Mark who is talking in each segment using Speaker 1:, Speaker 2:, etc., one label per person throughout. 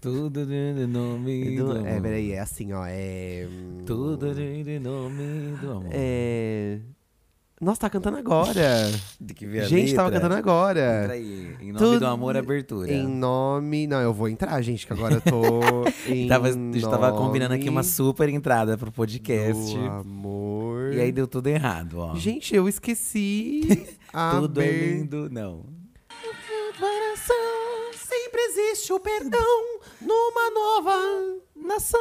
Speaker 1: Tudo de nome do
Speaker 2: Do- é,
Speaker 1: amor.
Speaker 2: peraí, é assim, ó. É. hum,
Speaker 1: Tudo de nome do amor.
Speaker 2: É. Nossa, tá cantando agora.
Speaker 1: Tem que ver a
Speaker 2: gente, tava
Speaker 1: letra.
Speaker 2: cantando agora.
Speaker 1: Peraí, em nome
Speaker 2: Tudo
Speaker 1: do amor, abertura.
Speaker 2: Em nome. Não, eu vou entrar, gente, que agora eu tô. em
Speaker 1: Tava, a gente tava combinando aqui uma
Speaker 2: nome
Speaker 1: super entrada pro podcast.
Speaker 2: do amor.
Speaker 1: E aí deu tudo errado, ó.
Speaker 2: Gente, eu esqueci. a
Speaker 1: tudo é
Speaker 2: ver-
Speaker 1: lindo. Não.
Speaker 2: Coração, sempre existe o perdão numa nova nação.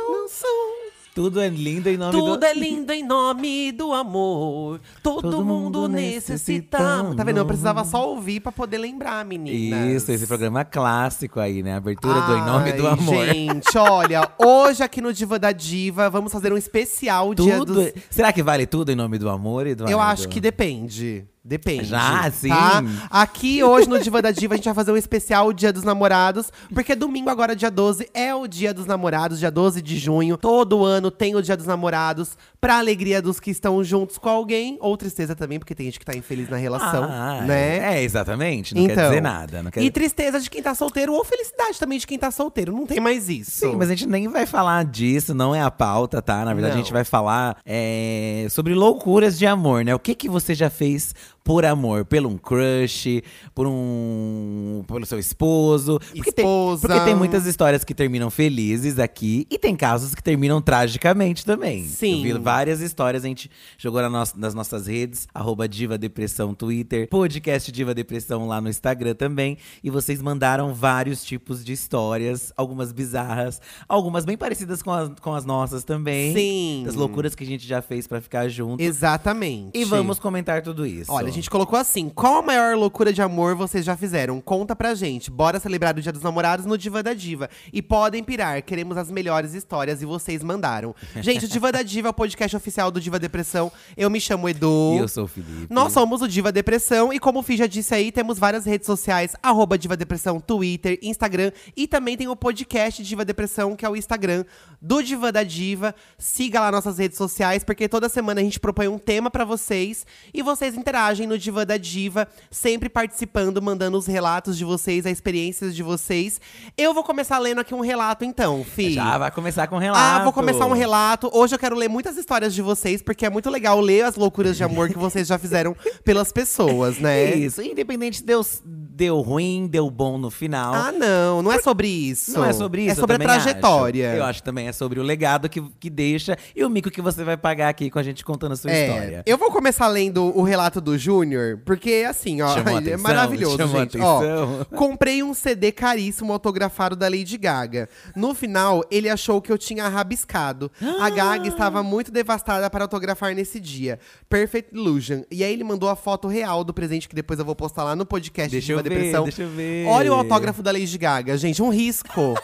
Speaker 1: Tudo é lindo em nome do.
Speaker 2: Tudo é lindo em nome do amor. Todo,
Speaker 1: Todo
Speaker 2: mundo,
Speaker 1: mundo
Speaker 2: necessita.
Speaker 1: necessitando.
Speaker 2: Tá vendo? Eu precisava só ouvir pra poder lembrar, meninas.
Speaker 1: Isso, esse programa clássico aí, né? Abertura do Em Nome do
Speaker 2: Ai,
Speaker 1: Amor.
Speaker 2: Gente, olha, hoje aqui no Diva da Diva, vamos fazer um especial dia
Speaker 1: Tudo. é
Speaker 2: dos.
Speaker 1: Será que vale tudo em nome do amor, Eduardo?
Speaker 2: Eu acho que depende. Depende.
Speaker 1: Já, sim.
Speaker 2: Tá? Aqui hoje no Diva da Diva a gente vai fazer um especial Dia dos Namorados, porque domingo agora dia 12 é o Dia dos Namorados, dia 12 de junho. Todo ano tem o Dia dos Namorados, pra alegria dos que estão juntos com alguém ou tristeza também, porque tem gente que tá infeliz na relação,
Speaker 1: Ah,
Speaker 2: né? Então,
Speaker 1: É, exatamente. Não quer dizer nada. Não quer...
Speaker 2: E tristeza de quem tá solteiro ou felicidade também de quem tá solteiro. Não tem mais isso.
Speaker 1: Sim, mas a gente nem vai falar disso, não é a pauta, tá? Na verdade,
Speaker 2: Não.
Speaker 1: a gente vai falar é, sobre loucuras de amor, né? O que, que você já fez por amor? Pelo um crush, por um. pelo seu esposo. Porque tem-
Speaker 2: Esposa.
Speaker 1: porque tem muitas histórias que terminam felizes aqui e tem casos que terminam tragicamente também.
Speaker 2: Sim.
Speaker 1: Eu vi várias histórias, a gente jogou na nossa- nas nossas redes, arroba Diva Depressão Twitter, podcast Diva Depressão lá no Instagram também. E vocês mandaram vários tipos de histórias, algumas bizarras, algumas bem parecidas com as, com as nossas também.
Speaker 2: Sim.
Speaker 1: Das loucuras que a gente já fez pra ficar junto.
Speaker 2: Exatamente.
Speaker 1: E vamos comentar tudo isso.
Speaker 2: Olha, a gente colocou assim: qual a maior loucura de amor vocês já fizeram? Conta pra gente. Bora celebrar o Dia dos Namorados no Diva da Diva. E podem pirar, queremos as melhores histórias e vocês mandaram. Gente, o Diva da Diva é o podcast oficial do Diva Depressão. Eu me chamo Edu.
Speaker 1: E eu sou o Felipe.
Speaker 2: Nós somos o Diva Depressão e como o Fih já disse aí, temos várias redes sociais, arroba Diva Depressão, Twitter, Instagram e também tem o podcast Diva Depressão, que é o Instagram do Diva da Diva. Siga lá nossas redes sociais, porque toda semana a gente propõe um tema pra vocês e vocês interagem no Diva da Diva, sempre participando, mandando os relatos de vocês, as experiências de vocês. Eu vou começar lendo aqui um relato então, Fih.
Speaker 1: Já vai começar com um relato.
Speaker 2: Ah, vou começar um relato. Hoje eu quero ler muitas histórias de vocês, porque é muito legal ler as loucuras de amor que vocês já fizeram pelas pessoas,
Speaker 1: É
Speaker 2: né?
Speaker 1: isso, independente se deu, deu ruim, deu bom no final.
Speaker 2: Ah, não, não é sobre isso.
Speaker 1: Não é sobre isso.
Speaker 2: É
Speaker 1: eu
Speaker 2: sobre a
Speaker 1: também acho.
Speaker 2: trajetória.
Speaker 1: Eu acho que também é sobre o legado que, que deixa e o mico que você vai pagar aqui com a gente contando a sua
Speaker 2: É,
Speaker 1: história.
Speaker 2: eu vou começar lendo o relato do Júnior, porque assim, ó,
Speaker 1: Chamou a
Speaker 2: é
Speaker 1: atenção,
Speaker 2: maravilhoso,
Speaker 1: chamou a
Speaker 2: gente. Ó,
Speaker 1: atenção.
Speaker 2: comprei um CD caríssimo autografado da Lady Gaga. No final, ele achou que eu tinha rabiscado. A Gaga estava muito devastada para autografar nesse dia. Perfect Illusion. E aí ele mandou a foto real do presente que depois eu vou postar lá no podcast
Speaker 1: Deixa
Speaker 2: de
Speaker 1: eu
Speaker 2: uma
Speaker 1: ver,
Speaker 2: depressão.
Speaker 1: deixa eu ver.
Speaker 2: Olha o autógrafo da Lady Gaga, gente, um risco.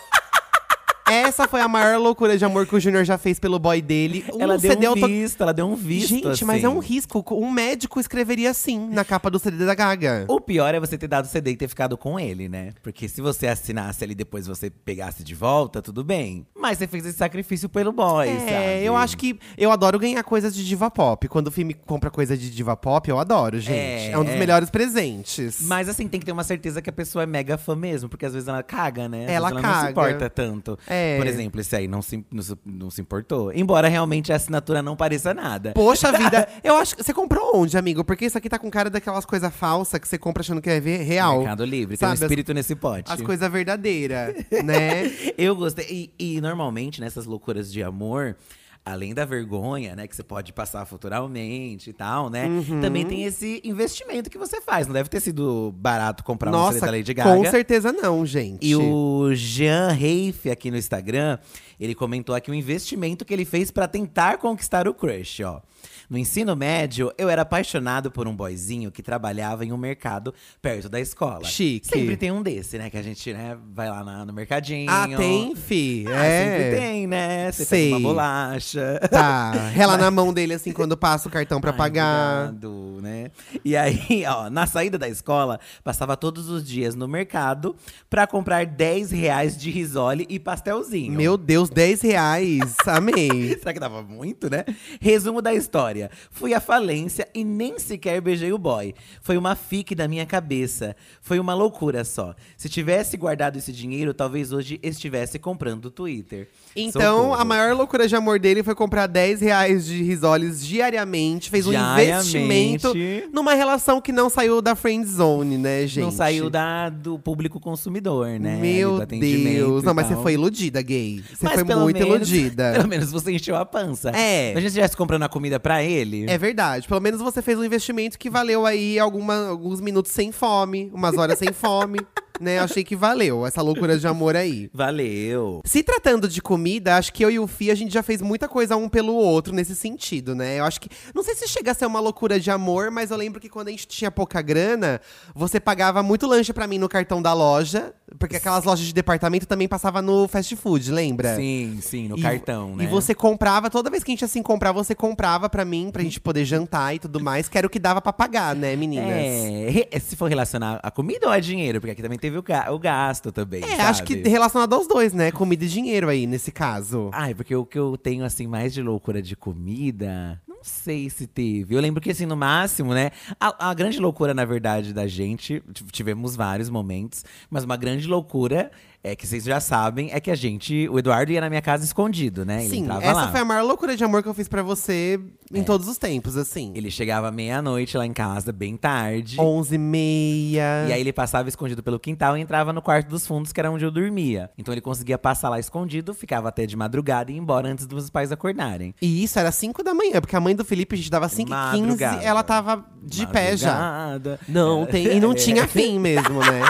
Speaker 2: Essa foi a maior loucura de amor que o Júnior já fez pelo boy dele. Um
Speaker 1: ela deu
Speaker 2: CD
Speaker 1: um
Speaker 2: auto-
Speaker 1: visto, ela deu um visto.
Speaker 2: Gente, mas é
Speaker 1: assim.
Speaker 2: um risco. Um médico escreveria assim na capa do CD da Gaga.
Speaker 1: O pior é você ter dado o CD e ter ficado com ele, né? Porque se você assinasse ali e depois você pegasse de volta, tudo bem. Mas você fez esse sacrifício pelo boy,
Speaker 2: É,
Speaker 1: sabe?
Speaker 2: eu acho que eu adoro ganhar coisas de diva pop. Quando o filme compra coisa de diva pop, eu adoro, gente. É,
Speaker 1: É,
Speaker 2: um dos
Speaker 1: é.
Speaker 2: melhores presentes.
Speaker 1: Mas assim, tem que ter uma certeza que a pessoa é mega fã mesmo, porque às vezes ela caga, né? Às
Speaker 2: Ela
Speaker 1: vezes não
Speaker 2: caga.
Speaker 1: se importa tanto.
Speaker 2: É.
Speaker 1: Por exemplo, esse aí não se, não, se, não se importou. Embora realmente a assinatura não pareça nada.
Speaker 2: Poxa vida, eu acho que. Você comprou onde, amigo? Porque isso aqui tá com cara daquelas coisas falsas que você compra achando que é ver- real.
Speaker 1: Mercado Livre,
Speaker 2: Sabe,
Speaker 1: tem um espírito nesse pote.
Speaker 2: As, as coisas verdadeiras, né?
Speaker 1: Eu gostei. E, e, normalmente, nessas loucuras de amor, além da vergonha, né, que você pode passar futuramente e tal, né?
Speaker 2: Uhum.
Speaker 1: Também tem esse investimento que você faz. Não deve ter sido barato comprar um CD
Speaker 2: Nossa,
Speaker 1: da Lady Gaga.
Speaker 2: com certeza não, gente.
Speaker 1: E o Jean Reif aqui no Instagram, ele comentou aqui um investimento que ele fez pra tentar conquistar o crush, ó. No ensino médio, eu era apaixonado por um boyzinho que trabalhava em um mercado perto da escola.
Speaker 2: Chique.
Speaker 1: Sempre tem um desse, né? Que a gente, né, vai lá na- no mercadinho.
Speaker 2: Ah, tem, fi.
Speaker 1: Ah,
Speaker 2: é.
Speaker 1: sempre tem, né? Você
Speaker 2: Sei.
Speaker 1: faz uma bolacha.
Speaker 2: Tá, rela na mão dele assim quando passa o cartão pra
Speaker 1: Ai,
Speaker 2: pagar.
Speaker 1: obrigado. Brasil, né? E aí, ó, na saída da escola, passava todos os dias no mercado pra comprar 10 reais de risole e pastelzinho.
Speaker 2: Meu Deus, 10 reais. Amei.
Speaker 1: Será que dava muito, né? Resumo da história. Fui à falência e nem sequer beijei o boy. Foi uma fique da minha cabeça. Foi uma loucura só. Se tivesse guardado esse dinheiro, talvez hoje estivesse comprando o Twitter.
Speaker 2: Então,
Speaker 1: Socorro.
Speaker 2: a maior loucura de amor dele foi comprar 10 reais de risoles diariamente. Fez um
Speaker 1: Diariamente.
Speaker 2: investimento numa relação que não saiu da friend zone, né, gente?
Speaker 1: Não saiu da, do público consumidor, né? Do
Speaker 2: Meu
Speaker 1: atendimento
Speaker 2: Deus.
Speaker 1: e
Speaker 2: Não, mas
Speaker 1: tal.
Speaker 2: você foi iludida, gay. Você
Speaker 1: Mas
Speaker 2: foi
Speaker 1: pelo
Speaker 2: muito
Speaker 1: menos-
Speaker 2: iludida.
Speaker 1: Pelo menos você encheu a pança.
Speaker 2: É.
Speaker 1: Imagina se estivesse comprando a comida pra ele.
Speaker 2: É verdade. Pelo menos você fez um investimento que valeu aí alguma- alguns minutos sem fome, umas horas sem fome, né? Eu achei que valeu essa loucura de amor aí.
Speaker 1: Valeu.
Speaker 2: Se tratando de comida, acho que eu e o Fi, a gente já fez muita coisa um pelo outro nesse sentido, né? Eu acho que. Não sei se chega a ser uma loucura de amor, mas eu lembro que quando a gente tinha pouca grana, você pagava muito lanche pra mim no cartão da loja, porque aquelas lojas de departamento também passava no fast food, lembra?
Speaker 1: Sim, sim, no
Speaker 2: E-
Speaker 1: cartão, né?
Speaker 2: E você comprava, toda vez que a gente ia se comprar, você comprava pra mim, pra gente poder jantar e tudo mais, que era o que dava pra pagar, né, meninas?
Speaker 1: É, re- se for relacionar a comida ou a dinheiro, porque aqui também teve o, ga- o gasto também.
Speaker 2: É, acho que
Speaker 1: sabe?
Speaker 2: relacionado aos dois, né? Comida e dinheiro aí, nesse caso.
Speaker 1: Ai, porque o que eu tenho, assim, mais de loucura de comida, não sei se teve. Eu lembro que, assim, no máximo, né? A, a grande loucura, na verdade, da gente, t- tivemos vários momentos, mas uma grande loucura, é que vocês já sabem, é que a gente, o Eduardo ia na minha casa escondido, né? Ele
Speaker 2: Sim,
Speaker 1: entrava
Speaker 2: essa
Speaker 1: lá. É.
Speaker 2: foi a maior loucura de amor que eu fiz pra você em todos os tempos, assim.
Speaker 1: Ele chegava meia-noite lá em casa, bem tarde.
Speaker 2: 11 e meia.
Speaker 1: E aí ele passava escondido pelo quintal e entrava no quarto dos fundos, que era onde eu dormia. Então ele conseguia passar lá escondido, ficava até de madrugada e ia embora antes dos meus pais acordarem.
Speaker 2: E isso era 5 da manhã, porque a mãe do Felipe, a gente dava 5 e 15,
Speaker 1: Madrugada.
Speaker 2: ela tava de pé já.
Speaker 1: Madrugada.
Speaker 2: Não, tem, e não
Speaker 1: É.
Speaker 2: tinha fim mesmo, né?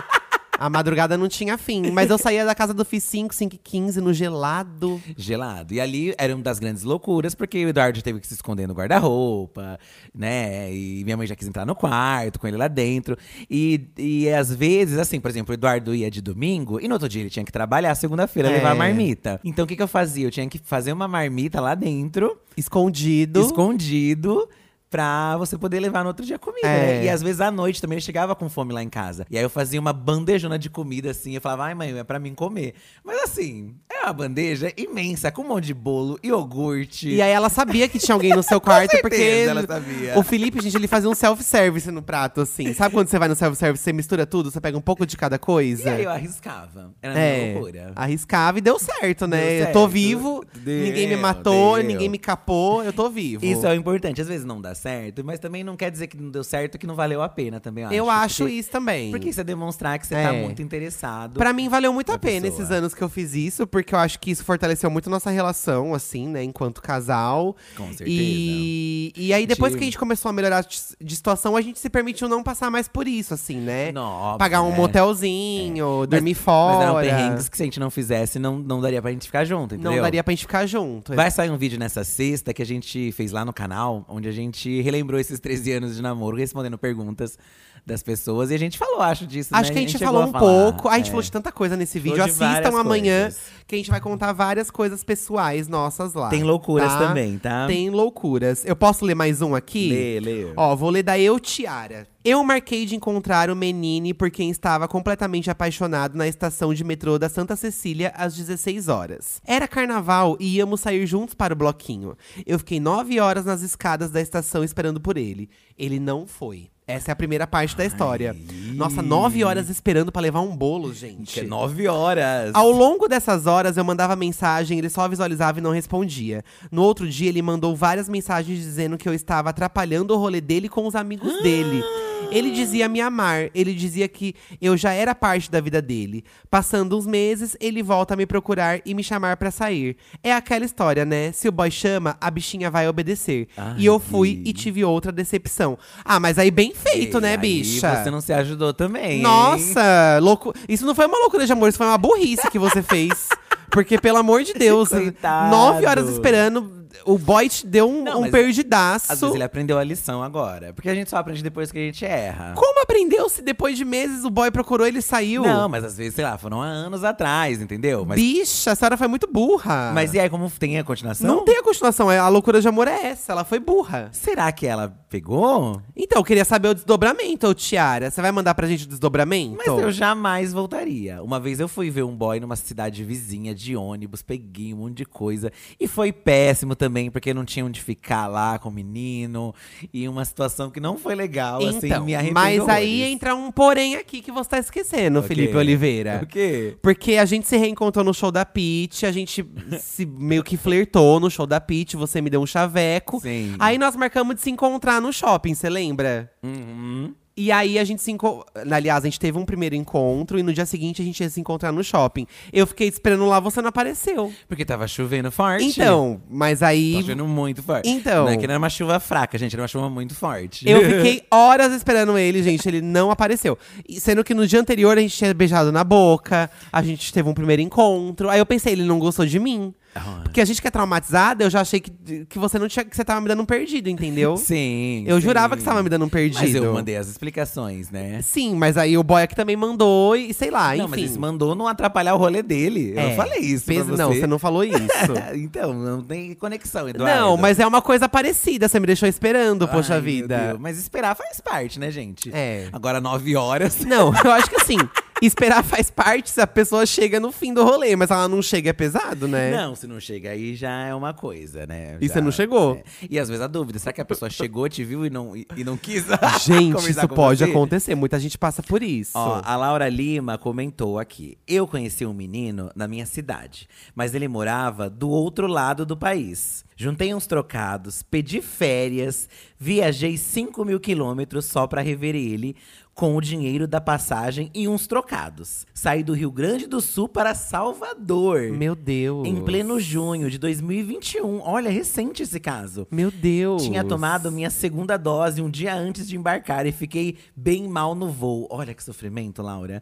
Speaker 2: A madrugada não tinha fim. Mas eu saía da casa do Fi 5, 5 e 15, no gelado.
Speaker 1: Gelado. E ali era uma das grandes loucuras, porque o Eduardo teve que se esconder no guarda-roupa, né? E minha mãe já quis entrar no quarto com ele lá dentro. E, e às vezes, assim, por exemplo, o Eduardo ia de domingo e no outro dia ele tinha que trabalhar segunda-feira,
Speaker 2: É.
Speaker 1: levar a marmita. Então o que, que eu fazia? Eu tinha que fazer uma marmita lá dentro,
Speaker 2: Escondido.
Speaker 1: escondido. Pra você poder levar no outro dia comida,
Speaker 2: É.
Speaker 1: né? E às vezes à noite também ele chegava com fome lá em casa. E aí eu fazia uma bandejona de comida assim. Eu falava, ai mãe, é pra mim comer. Mas assim, é uma bandeja imensa, com um monte de bolo, iogurte.
Speaker 2: E aí ela sabia que tinha alguém no seu quarto, porque.
Speaker 1: certeza ela sabia.
Speaker 2: O Felipe, gente, ele fazia um self-service no prato, assim. Sabe quando você vai no self-service, você mistura tudo, você pega um pouco de cada coisa?
Speaker 1: E aí eu arriscava. Era minha
Speaker 2: É,
Speaker 1: loucura.
Speaker 2: arriscava e deu certo, né?
Speaker 1: Deu
Speaker 2: Eu tô
Speaker 1: certo.
Speaker 2: vivo,
Speaker 1: Deu,
Speaker 2: ninguém me matou,
Speaker 1: deu.
Speaker 2: ninguém me capou, eu tô vivo.
Speaker 1: Isso é o importante. Às vezes não dá certo, mas também não quer dizer que não deu certo, que não valeu a pena também. Eu,
Speaker 2: eu acho
Speaker 1: porque,
Speaker 2: isso também.
Speaker 1: Porque isso é demonstrar que você
Speaker 2: É.
Speaker 1: tá muito interessado.
Speaker 2: Pra mim valeu muito a
Speaker 1: da
Speaker 2: pena
Speaker 1: pessoa.
Speaker 2: esses anos que eu fiz isso, porque eu acho que isso fortaleceu muito nossa relação, assim, né, enquanto casal.
Speaker 1: Com certeza.
Speaker 2: E, e aí, depois
Speaker 1: Tive.
Speaker 2: que a gente começou a melhorar de de situação, a gente se permitiu não passar mais por isso, assim, né?
Speaker 1: Não, óbvio,
Speaker 2: Pagar um
Speaker 1: né?
Speaker 2: motelzinho,
Speaker 1: É.
Speaker 2: dormir
Speaker 1: Mas um eram
Speaker 2: fora.
Speaker 1: perrengues que se a gente não fizesse, não, não daria pra gente ficar junto, entendeu?
Speaker 2: não daria pra gente ficar junto.
Speaker 1: Vai sair um vídeo nessa sexta que a gente fez lá no canal, onde a gente relembrou esses 13 anos de namoro, respondendo perguntas das pessoas. E a gente falou, acho, disso.
Speaker 2: Acho
Speaker 1: né?
Speaker 2: que a gente,
Speaker 1: chegou
Speaker 2: falou um
Speaker 1: falar.
Speaker 2: pouco. A gente
Speaker 1: É.
Speaker 2: falou de tanta coisa nesse vídeo.
Speaker 1: Falou de várias
Speaker 2: Assistam amanhã,
Speaker 1: coisas.
Speaker 2: que a gente vai contar várias coisas pessoais nossas lá.
Speaker 1: Tem loucuras
Speaker 2: tá?
Speaker 1: também, tá?
Speaker 2: Tem loucuras. Eu posso ler mais um aqui?
Speaker 1: Lê, lê.
Speaker 2: Ó, vou ler da Eu Tiara. Eu marquei de encontrar o Menini por quem estava completamente apaixonado na estação de metrô da Santa Cecília às 16 horas. Era carnaval e íamos sair juntos para o bloquinho. Eu fiquei 9 horas nas escadas da estação esperando por ele. Ele não foi. Essa é a primeira parte da história. Nossa, 9 horas esperando pra levar um bolo,
Speaker 1: Que é
Speaker 2: gente.
Speaker 1: nove horas.
Speaker 2: Ao longo dessas horas, eu mandava mensagem, ele só visualizava e não respondia. No outro dia, ele mandou várias mensagens dizendo que eu estava atrapalhando o rolê dele com os amigos dele.
Speaker 1: Ah!
Speaker 2: Ele dizia me amar, ele dizia que eu já era parte da vida dele. Passando uns meses, ele volta a me procurar e me chamar pra sair. É aquela história, né? Se o boy chama, a bichinha vai obedecer. e eu fui
Speaker 1: Ai.
Speaker 2: e tive outra decepção. Ah, mas aí bem feito,
Speaker 1: Ei,
Speaker 2: né,
Speaker 1: aí
Speaker 2: bicha?
Speaker 1: Você não se ajudou também. hein?
Speaker 2: Nossa, louco. Isso não foi uma loucura de amor, isso foi uma burrice que você fez. Porque, pelo amor de Deus,
Speaker 1: Coitado.
Speaker 2: nove horas esperando o boy te deu um,
Speaker 1: Não,
Speaker 2: um
Speaker 1: mas
Speaker 2: perdidaço.
Speaker 1: Às vezes ele aprendeu a lição agora. Porque a gente só aprende depois que a gente erra.
Speaker 2: Como aprendeu se depois de meses o boy procurou ele saiu?
Speaker 1: Não, mas às vezes, sei lá, foram há anos atrás, entendeu? Mas,
Speaker 2: Bicha, a senhora foi muito burra.
Speaker 1: mas e aí, como tem a continuação?
Speaker 2: Não tem a continuação, é- a loucura de amor é essa, ela foi burra.
Speaker 1: Será que ela pegou?
Speaker 2: Então, eu queria saber o desdobramento, ô Tiara. Você vai mandar pra gente o desdobramento?
Speaker 1: Mas eu jamais voltaria. Uma vez eu fui ver um boy numa cidade vizinha de ônibus, peguei um monte de coisa. E foi péssimo também, porque não tinha onde ficar lá com o menino. E uma situação que não foi legal, assim, me arrependeu.
Speaker 2: Então, mas aí entra um porém aqui que você tá esquecendo, Felipe Oliveira.
Speaker 1: O quê?
Speaker 2: Porque a gente se reencontrou no show da Pete, a gente se meio que flertou no show da Pete, você me deu um chaveco.
Speaker 1: Sim.
Speaker 2: Aí nós marcamos de se encontrar no shopping, você lembra?
Speaker 1: Uhum.
Speaker 2: E aí a gente se encontrou. Aliás, a gente teve um primeiro encontro e no dia seguinte a gente ia se encontrar no shopping. Eu fiquei esperando lá, você não apareceu.
Speaker 1: Porque tava chovendo forte.
Speaker 2: Então, mas
Speaker 1: Tava
Speaker 2: aí.
Speaker 1: chovendo muito forte.
Speaker 2: Então.
Speaker 1: Não é que não era uma chuva fraca, gente. Era uma chuva muito forte.
Speaker 2: Eu fiquei horas esperando ele, gente. Ele não apareceu. E Sendo que no dia anterior a gente tinha beijado na boca, a gente teve um primeiro encontro. Aí eu pensei, ele não gostou de mim.
Speaker 1: Ah.
Speaker 2: Porque a gente que é traumatizada, eu já achei que, que você não tinha. que você tava me dando um perdido, entendeu?
Speaker 1: Sim.
Speaker 2: Eu
Speaker 1: sim.
Speaker 2: jurava que você tava me dando um perdido.
Speaker 1: Mas eu mandei as explicações, né?
Speaker 2: Sim, mas aí o boy aqui também mandou e sei lá, Ah, enfim.
Speaker 1: Não, mas ele mandou não atrapalhar o rolê dele. Eu
Speaker 2: É.
Speaker 1: não falei isso. pra
Speaker 2: Pes- Não,
Speaker 1: você
Speaker 2: você não falou isso.
Speaker 1: então, não tem conexão, Eduardo.
Speaker 2: não, mas é uma coisa parecida, você me deixou esperando,
Speaker 1: Ai,
Speaker 2: poxa
Speaker 1: meu
Speaker 2: vida.
Speaker 1: Deus. Mas esperar faz parte, né, gente?
Speaker 2: É.
Speaker 1: Agora, nove horas.
Speaker 2: Não, eu acho que assim, esperar faz parte se a pessoa chega no fim do rolê, mas ela não chega é pesado, né?
Speaker 1: Não, se não chega aí já é uma coisa, né?
Speaker 2: E
Speaker 1: Já-
Speaker 2: você não chegou.
Speaker 1: é. E às vezes a dúvida, será que a pessoa chegou, te viu e não, e, e não quis?
Speaker 2: Gente,
Speaker 1: conversar
Speaker 2: isso
Speaker 1: com
Speaker 2: pode
Speaker 1: você?
Speaker 2: acontecer. Muita gente passa por isso.
Speaker 1: Ó, a Laura Lima comentou aqui. Eu conheci um menino na minha cidade, mas ele morava do outro lado do país. Juntei uns trocados, pedi férias, viajei 5 mil quilômetros só pra rever ele, com o dinheiro da passagem e uns trocados. Saí do Rio Grande do Sul para Salvador.
Speaker 2: Meu Deus.
Speaker 1: Em pleno junho de 2021. Olha, recente esse caso.
Speaker 2: Meu Deus.
Speaker 1: Tinha tomado minha segunda dose um dia antes de embarcar e fiquei bem mal no voo. Olha que sofrimento, Laura.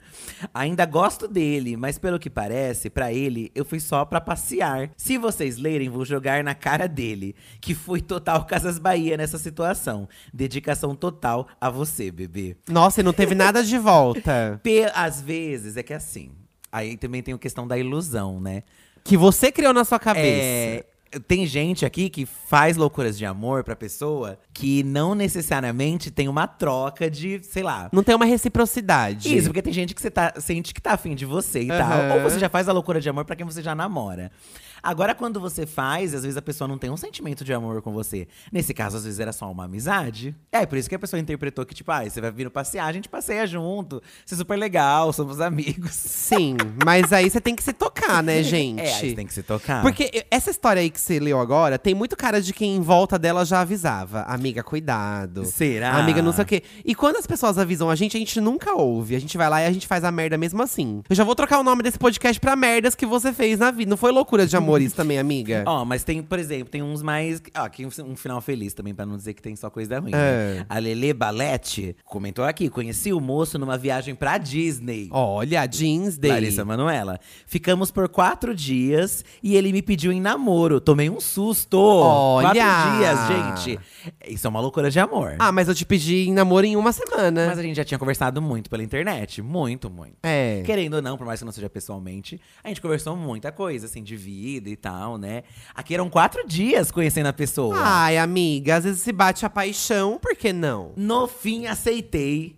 Speaker 1: Ainda gosto dele, mas pelo que parece, pra ele, eu fui só pra passear. Se vocês lerem, vou jogar na cara dele, que foi total Casas Bahia nessa situação. Dedicação total a você, bebê.
Speaker 2: Nossa, e não teve nada de volta.
Speaker 1: Pe- Às vezes é que assim. Aí também tem a questão da ilusão, né?
Speaker 2: Que você criou na sua cabeça.
Speaker 1: É, tem gente aqui que faz loucuras de amor pra pessoa que não necessariamente tem uma troca de, sei lá.
Speaker 2: Não tem uma reciprocidade.
Speaker 1: Isso, porque tem gente que você tá, sente que tá afim de você e
Speaker 2: Aham.
Speaker 1: tal. Ou você já faz a loucura de amor pra quem você já namora. Agora, quando você faz, às vezes a pessoa não tem um sentimento de amor com você. Nesse caso, às vezes era só uma amizade. É, por isso que a pessoa interpretou que, tipo, ah, você vai vir passear, a gente passeia junto. Isso é super legal, somos amigos.
Speaker 2: Sim, mas aí você tem que se tocar, né, gente?
Speaker 1: É, aí você tem que se tocar.
Speaker 2: Porque eu- essa história aí que você leu agora tem muito cara de quem em volta dela já avisava. Amiga, cuidado.
Speaker 1: Será?
Speaker 2: Amiga, não sei o quê. E quando as pessoas avisam a gente, a gente nunca ouve. A gente vai lá e a gente faz a merda mesmo assim. Eu já vou trocar o nome desse podcast pra merdas que você fez na vida. Não foi loucura de amor isso também, amiga?
Speaker 1: Ó, mas tem, por exemplo, tem uns mais. Ó, aqui um, um final feliz também, pra não dizer que tem só coisa ruim.
Speaker 2: É.
Speaker 1: Né? A Lele Balete comentou aqui: conheci o moço numa viagem pra Disney.
Speaker 2: Olha, jeans day.
Speaker 1: Larissa Manoela. Ficamos por quatro dias e ele me pediu em namoro. Tomei um susto.
Speaker 2: Olha!
Speaker 1: Quatro dias, gente. Isso é uma loucura de amor.
Speaker 2: Ah, é. mas eu te pedi em namoro em uma semana.
Speaker 1: Mas a gente já tinha conversado muito pela internet. Muito, muito.
Speaker 2: É.
Speaker 1: Querendo ou não, por mais que não seja pessoalmente, a gente conversou muita coisa, assim, de vida e tal, né? Aqui eram quatro dias conhecendo a pessoa.
Speaker 2: Ai, amiga, às vezes se bate a paixão, por que não?
Speaker 1: No fim, aceitei.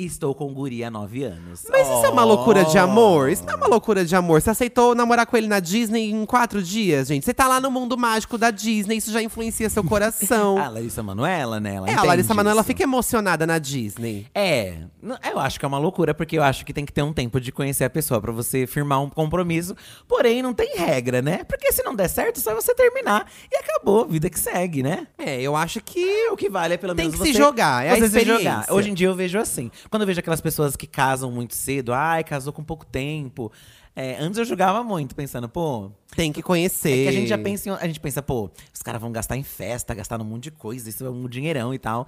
Speaker 1: E estou com guri há nove anos.
Speaker 2: Mas isso é uma loucura de
Speaker 1: Oh.
Speaker 2: amor? Isso não é uma loucura de amor. Você aceitou namorar com ele na Disney em quatro dias, gente. Você tá lá no mundo mágico da Disney, isso já influencia seu coração.
Speaker 1: A Ah, Larissa Manoela, né? Ela
Speaker 2: é, a
Speaker 1: entende
Speaker 2: Larissa Manoela
Speaker 1: isso.
Speaker 2: fica emocionada na Disney.
Speaker 1: É, n- eu acho que é uma loucura, porque eu acho que tem que ter um tempo de conhecer a pessoa pra você firmar um compromisso. Porém, não tem regra, né? Porque se não der certo, só é você terminar. E acabou, vida que segue, né?
Speaker 2: É, eu acho que.
Speaker 1: E o que vale é pelo
Speaker 2: Tem
Speaker 1: menos
Speaker 2: que se
Speaker 1: você-
Speaker 2: jogar, é a
Speaker 1: você se
Speaker 2: experiência.
Speaker 1: jogar. Hoje em dia eu vejo assim. Quando eu vejo aquelas pessoas que casam muito cedo, ai, casou com pouco tempo. É, antes eu julgava muito, pensando, pô,
Speaker 2: Tem que conhecer.
Speaker 1: é que a gente já pensa, em- a gente pensa, pô, os caras vão gastar em festa, gastar num monte de coisa, isso é um dinheirão e tal.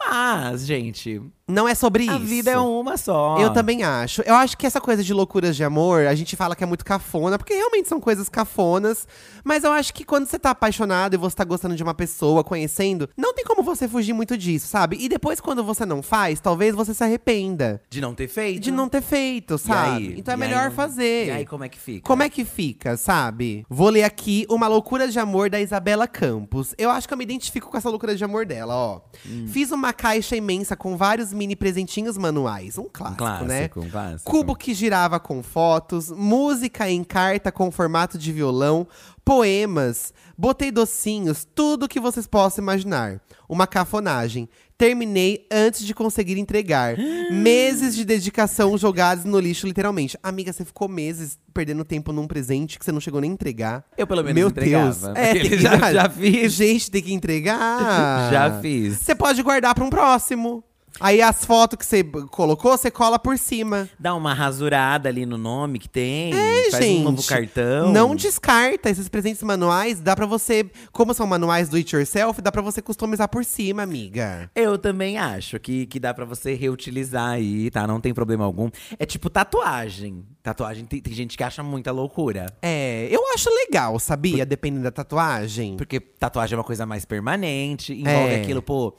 Speaker 1: Mas, gente,
Speaker 2: Não é sobre isso.
Speaker 1: a vida é uma só.
Speaker 2: Eu também acho. Eu acho que essa coisa de loucuras de amor, a gente fala que é muito cafona, porque realmente são coisas cafonas. Mas eu acho que quando você tá apaixonado e você tá gostando de uma pessoa, conhecendo, não tem como você fugir muito disso, sabe? E depois, quando você não faz, talvez você se arrependa
Speaker 1: De não ter feito.
Speaker 2: de não ter feito,
Speaker 1: Uhum. E
Speaker 2: sabe?
Speaker 1: aí?
Speaker 2: então é
Speaker 1: E
Speaker 2: melhor
Speaker 1: aí?
Speaker 2: fazer.
Speaker 1: E aí, como é que fica?
Speaker 2: Como é que fica, sabe? Vou ler aqui Uma Loucura de Amor da Isabela Campos. Eu acho que eu me identifico com essa loucura de amor dela, ó.
Speaker 1: Hum.
Speaker 2: Fiz uma caixa imensa com vários mini presentinhos manuais. Um
Speaker 1: um
Speaker 2: clássico,
Speaker 1: clássico,
Speaker 2: né?
Speaker 1: um clássico.
Speaker 2: Cubo que girava com fotos, música em carta com formato de violão, poemas, botei docinhos, tudo que vocês possam imaginar. Uma cafonagem. Terminei antes de conseguir entregar. meses de dedicação jogados no lixo, literalmente. Amiga, você ficou meses perdendo tempo num presente que você não chegou nem a entregar.
Speaker 1: Eu pelo menos
Speaker 2: Meu
Speaker 1: entregava.
Speaker 2: Deus. É, tem
Speaker 1: Ele
Speaker 2: que Ah.
Speaker 1: já,
Speaker 2: entregar.
Speaker 1: já fiz.
Speaker 2: Gente, tem que entregar.
Speaker 1: Já fiz.
Speaker 2: Você pode guardar pra um próximo. Aí as fotos que você colocou, você cola por cima.
Speaker 1: Dá uma rasurada ali no nome que tem.
Speaker 2: É,
Speaker 1: faz
Speaker 2: gente.
Speaker 1: um novo cartão.
Speaker 2: Não descarta esses presentes manuais. Dá pra você, como são manuais do it yourself, dá pra você customizar por cima, amiga.
Speaker 1: Eu também acho que, que dá pra você reutilizar aí, tá? Não tem problema algum. É tipo tatuagem. Tatuagem tem, tem gente que acha muita loucura.
Speaker 2: É, eu acho legal, sabia? Dependendo da tatuagem.
Speaker 1: Porque tatuagem é uma coisa mais permanente, envolve
Speaker 2: É.
Speaker 1: aquilo, pô.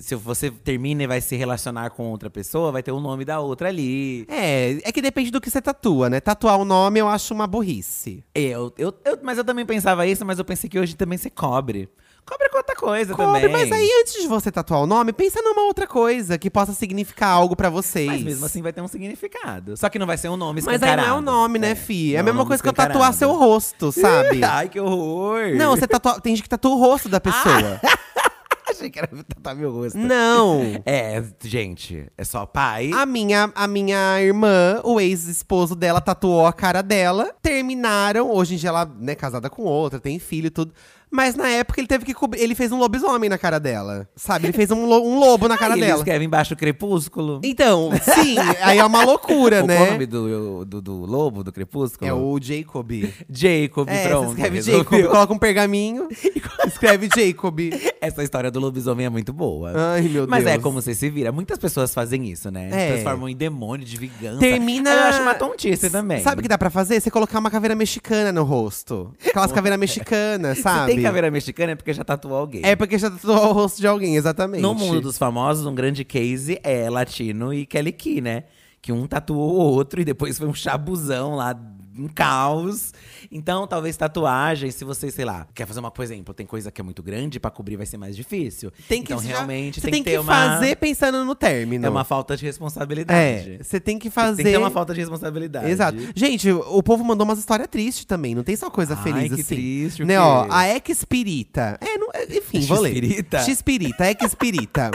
Speaker 1: Se você termina e vai se relacionar com outra pessoa, vai ter o nome da outra ali.
Speaker 2: É, é que depende do que você tatua, né? Tatuar o nome eu acho uma burrice.
Speaker 1: Eu, eu, eu- mas eu também pensava isso, mas eu pensei que hoje também você cobre. Cobre com outra coisa
Speaker 2: Cobre,
Speaker 1: também.
Speaker 2: mas aí antes de você tatuar o nome, pensa numa outra coisa que possa significar algo pra vocês.
Speaker 1: Mas mesmo assim vai ter um significado. Só que não vai ser um nome
Speaker 2: Mas aí
Speaker 1: escancarado.
Speaker 2: não é o nome, né,
Speaker 1: fi?
Speaker 2: fi? É a mesma coisa que eu tatuar seu rosto, sabe?
Speaker 1: Ai, que horror!
Speaker 2: Não, você tatua. Tem gente que tatua o rosto da pessoa.
Speaker 1: achei que era tatuar meu rosto.
Speaker 2: Não.
Speaker 1: É, gente, é só pai.
Speaker 2: A minha, a minha irmã, o ex-esposo dela, tatuou a cara dela. Terminaram. Hoje em dia ela é casada com outra, tem filho e tudo. Mas na época ele teve que cobrir. Ele fez um lobisomem na cara dela. Sabe? Ele fez um, lo- um lobo na cara
Speaker 1: Aí Ele
Speaker 2: dela.
Speaker 1: escreve embaixo crepúsculo.
Speaker 2: Então, sim, aí é uma loucura,
Speaker 1: Qual o
Speaker 2: né?
Speaker 1: nome do, do, do lobo, do crepúsculo?
Speaker 2: É o Jacob.
Speaker 1: Jacob,
Speaker 2: É,
Speaker 1: pronto.
Speaker 2: você escreve
Speaker 1: resolveu.
Speaker 2: Jacob, coloca um pergaminho escreve Jacob.
Speaker 1: Essa história do lobisomem é muito boa.
Speaker 2: Ai, meu
Speaker 1: Mas
Speaker 2: Deus.
Speaker 1: é como você se vira. Muitas pessoas fazem isso, né? Se
Speaker 2: É.
Speaker 1: transformam em demônio de vingança.
Speaker 2: Termina.
Speaker 1: Eu acho uma tontice também.
Speaker 2: Sabe o que dá pra fazer? Você colocar uma caveira mexicana no rosto. Aquelas caveiras mexicanas,
Speaker 1: Se tem
Speaker 2: sabe?
Speaker 1: caveira mexicana é porque já tatuou alguém.
Speaker 2: É porque já tatuou o rosto de alguém, exatamente.
Speaker 1: No mundo dos famosos, um grande case é Latino e Kelly Key, né? Que um tatuou o outro e depois foi um chabuzão lá, um caos. Então, talvez tatuagem, se você, sei lá, quer fazer uma, por exemplo, tem coisa que é muito grande, pra cobrir vai ser mais difícil.
Speaker 2: Tem que
Speaker 1: então,
Speaker 2: já-
Speaker 1: realmente, tem,
Speaker 2: você tem
Speaker 1: que
Speaker 2: que
Speaker 1: ter uma.
Speaker 2: fazer pensando no término.
Speaker 1: É uma falta de responsabilidade.
Speaker 2: É, você tem que
Speaker 1: Tem
Speaker 2: fazer.
Speaker 1: que ter uma falta de responsabilidade.
Speaker 2: Exato. Gente, o povo mandou umas histórias tristes também, não tem só coisa
Speaker 1: Ai,
Speaker 2: feliz
Speaker 1: que
Speaker 2: assim.
Speaker 1: triste, o
Speaker 2: né, ó,
Speaker 1: quê?
Speaker 2: a ex-pirita. É, não, é, enfim, vou ler.
Speaker 1: X-pirita?
Speaker 2: X-pirita, ex-pirita.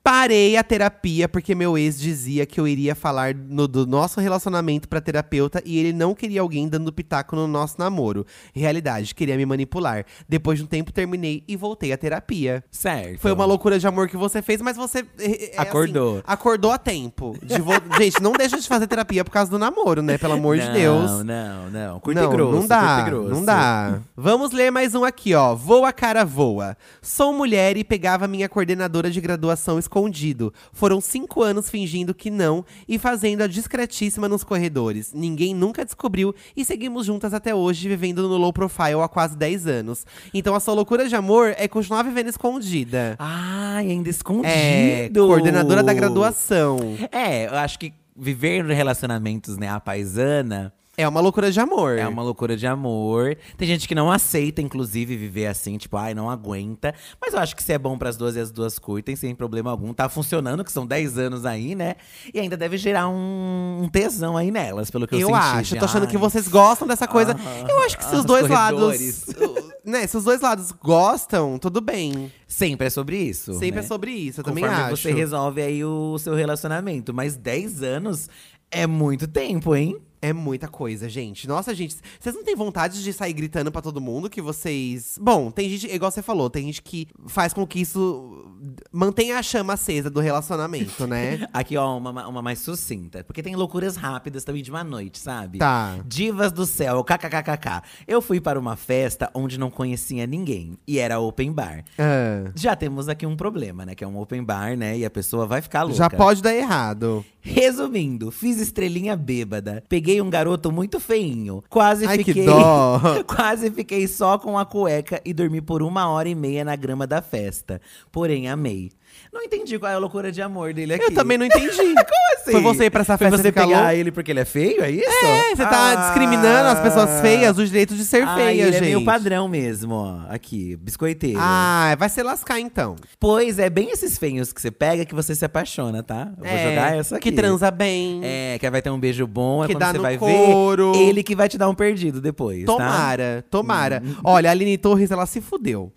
Speaker 2: Parei a terapia porque meu ex dizia que eu iria falar no- do nosso relacionamento pra terapeuta e ele não queria alguém dando pitaco no nosso namoro. Realidade, queria me manipular. Depois de um tempo terminei e voltei à terapia.
Speaker 1: Certo.
Speaker 2: Foi uma loucura de amor que você fez, mas você. é, é, é,
Speaker 1: Então. Acordou.
Speaker 2: assim, acordou a tempo. de vo- Gente, não deixa de fazer terapia por causa do namoro, né? Pelo amor de
Speaker 1: Não,
Speaker 2: Deus.
Speaker 1: Não, não. Curta
Speaker 2: não,
Speaker 1: e grosso.
Speaker 2: não dá,
Speaker 1: curta e grosso.
Speaker 2: não dá. Vamos ler mais um aqui, ó. Voa, cara, voa. Sou mulher e pegava minha coordenadora de graduação escondido. Foram cinco anos fingindo que não e fazendo a discretíssima nos corredores. Ninguém nunca descobriu e seguimos juntas até hoje, vivendo no low profile há quase 10 anos. Então a sua loucura de amor é continuar vivendo escondida.
Speaker 1: Ai, ainda escondido.
Speaker 2: É, coordenadora da graduação.
Speaker 1: É, eu acho que viver relacionamentos, né, a paisana,
Speaker 2: É uma loucura de amor.
Speaker 1: é uma loucura de amor. Tem gente que não aceita, inclusive, viver assim, tipo, ai, não aguenta. Mas eu acho que se é bom pras duas e as duas curtem, sem problema algum. Tá funcionando, que são 10 anos aí, né? E ainda deve gerar um, um tesão aí nelas, pelo que eu,
Speaker 2: Eu,
Speaker 1: senti.
Speaker 2: acho, eu tô achando
Speaker 1: Ai,
Speaker 2: que vocês gostam dessa coisa. eu acho que se os
Speaker 1: os
Speaker 2: dois
Speaker 1: corredores.
Speaker 2: lados. Né, se os dois lados gostam, tudo bem.
Speaker 1: Sempre é sobre isso. né?
Speaker 2: Sempre é sobre isso, eu
Speaker 1: Conforme
Speaker 2: também acho.
Speaker 1: você resolve aí o seu relacionamento. Mas 10 anos é muito tempo, hein?
Speaker 2: É muita coisa, gente. Nossa, gente, vocês não têm vontade de sair gritando pra todo mundo que vocês. Bom, tem gente, igual você falou, tem gente que faz com que isso mantenha a chama acesa do relacionamento, né?
Speaker 1: Aqui, ó, uma, ma- uma mais sucinta. Porque tem loucuras rápidas também de uma noite, sabe?
Speaker 2: Tá.
Speaker 1: Divas do céu, kkkk. Eu fui para uma festa onde não conhecia ninguém. E era open bar.
Speaker 2: Ah,
Speaker 1: Já temos aqui um problema, né? Que é um open bar, né? E a pessoa vai ficar louca.
Speaker 2: já pode dar errado.
Speaker 1: Resumindo, fiz estrelinha bêbada. Peguei um garoto muito feinho. Quase
Speaker 2: Ai,
Speaker 1: fiquei.
Speaker 2: que dó!
Speaker 1: Quase fiquei só com a cueca e dormi por uma hora e meia na grama da festa. Porém, amei. Não entendi qual é a loucura de amor dele aqui.
Speaker 2: Eu também não entendi.
Speaker 1: Como assim?
Speaker 2: Foi você ir pra essa
Speaker 1: Foi
Speaker 2: festa e
Speaker 1: você
Speaker 2: ficar
Speaker 1: pegar
Speaker 2: louco?
Speaker 1: ele porque ele é feio, é isso?
Speaker 2: É, você tá
Speaker 1: Ah.
Speaker 2: discriminando as pessoas feias, os direitos de ser
Speaker 1: Ah,
Speaker 2: feia,
Speaker 1: ele
Speaker 2: gente.
Speaker 1: é meio padrão mesmo, ó. Aqui, biscoiteiro.
Speaker 2: Ah, vai se lascar então.
Speaker 1: Pois é, bem esses feinhos que você pega que você se apaixona, tá? Eu vou
Speaker 2: É,
Speaker 1: jogar essa aqui.
Speaker 2: Que transa bem.
Speaker 1: É, que aí vai ter um beijo bom, é
Speaker 2: Que
Speaker 1: quando
Speaker 2: dá
Speaker 1: você
Speaker 2: no
Speaker 1: vai
Speaker 2: couro.
Speaker 1: ver. Ele que vai te dar um perdido depois, tá?
Speaker 2: Tomara, tomara. Olha, a Aline Torres, ela se fudeu.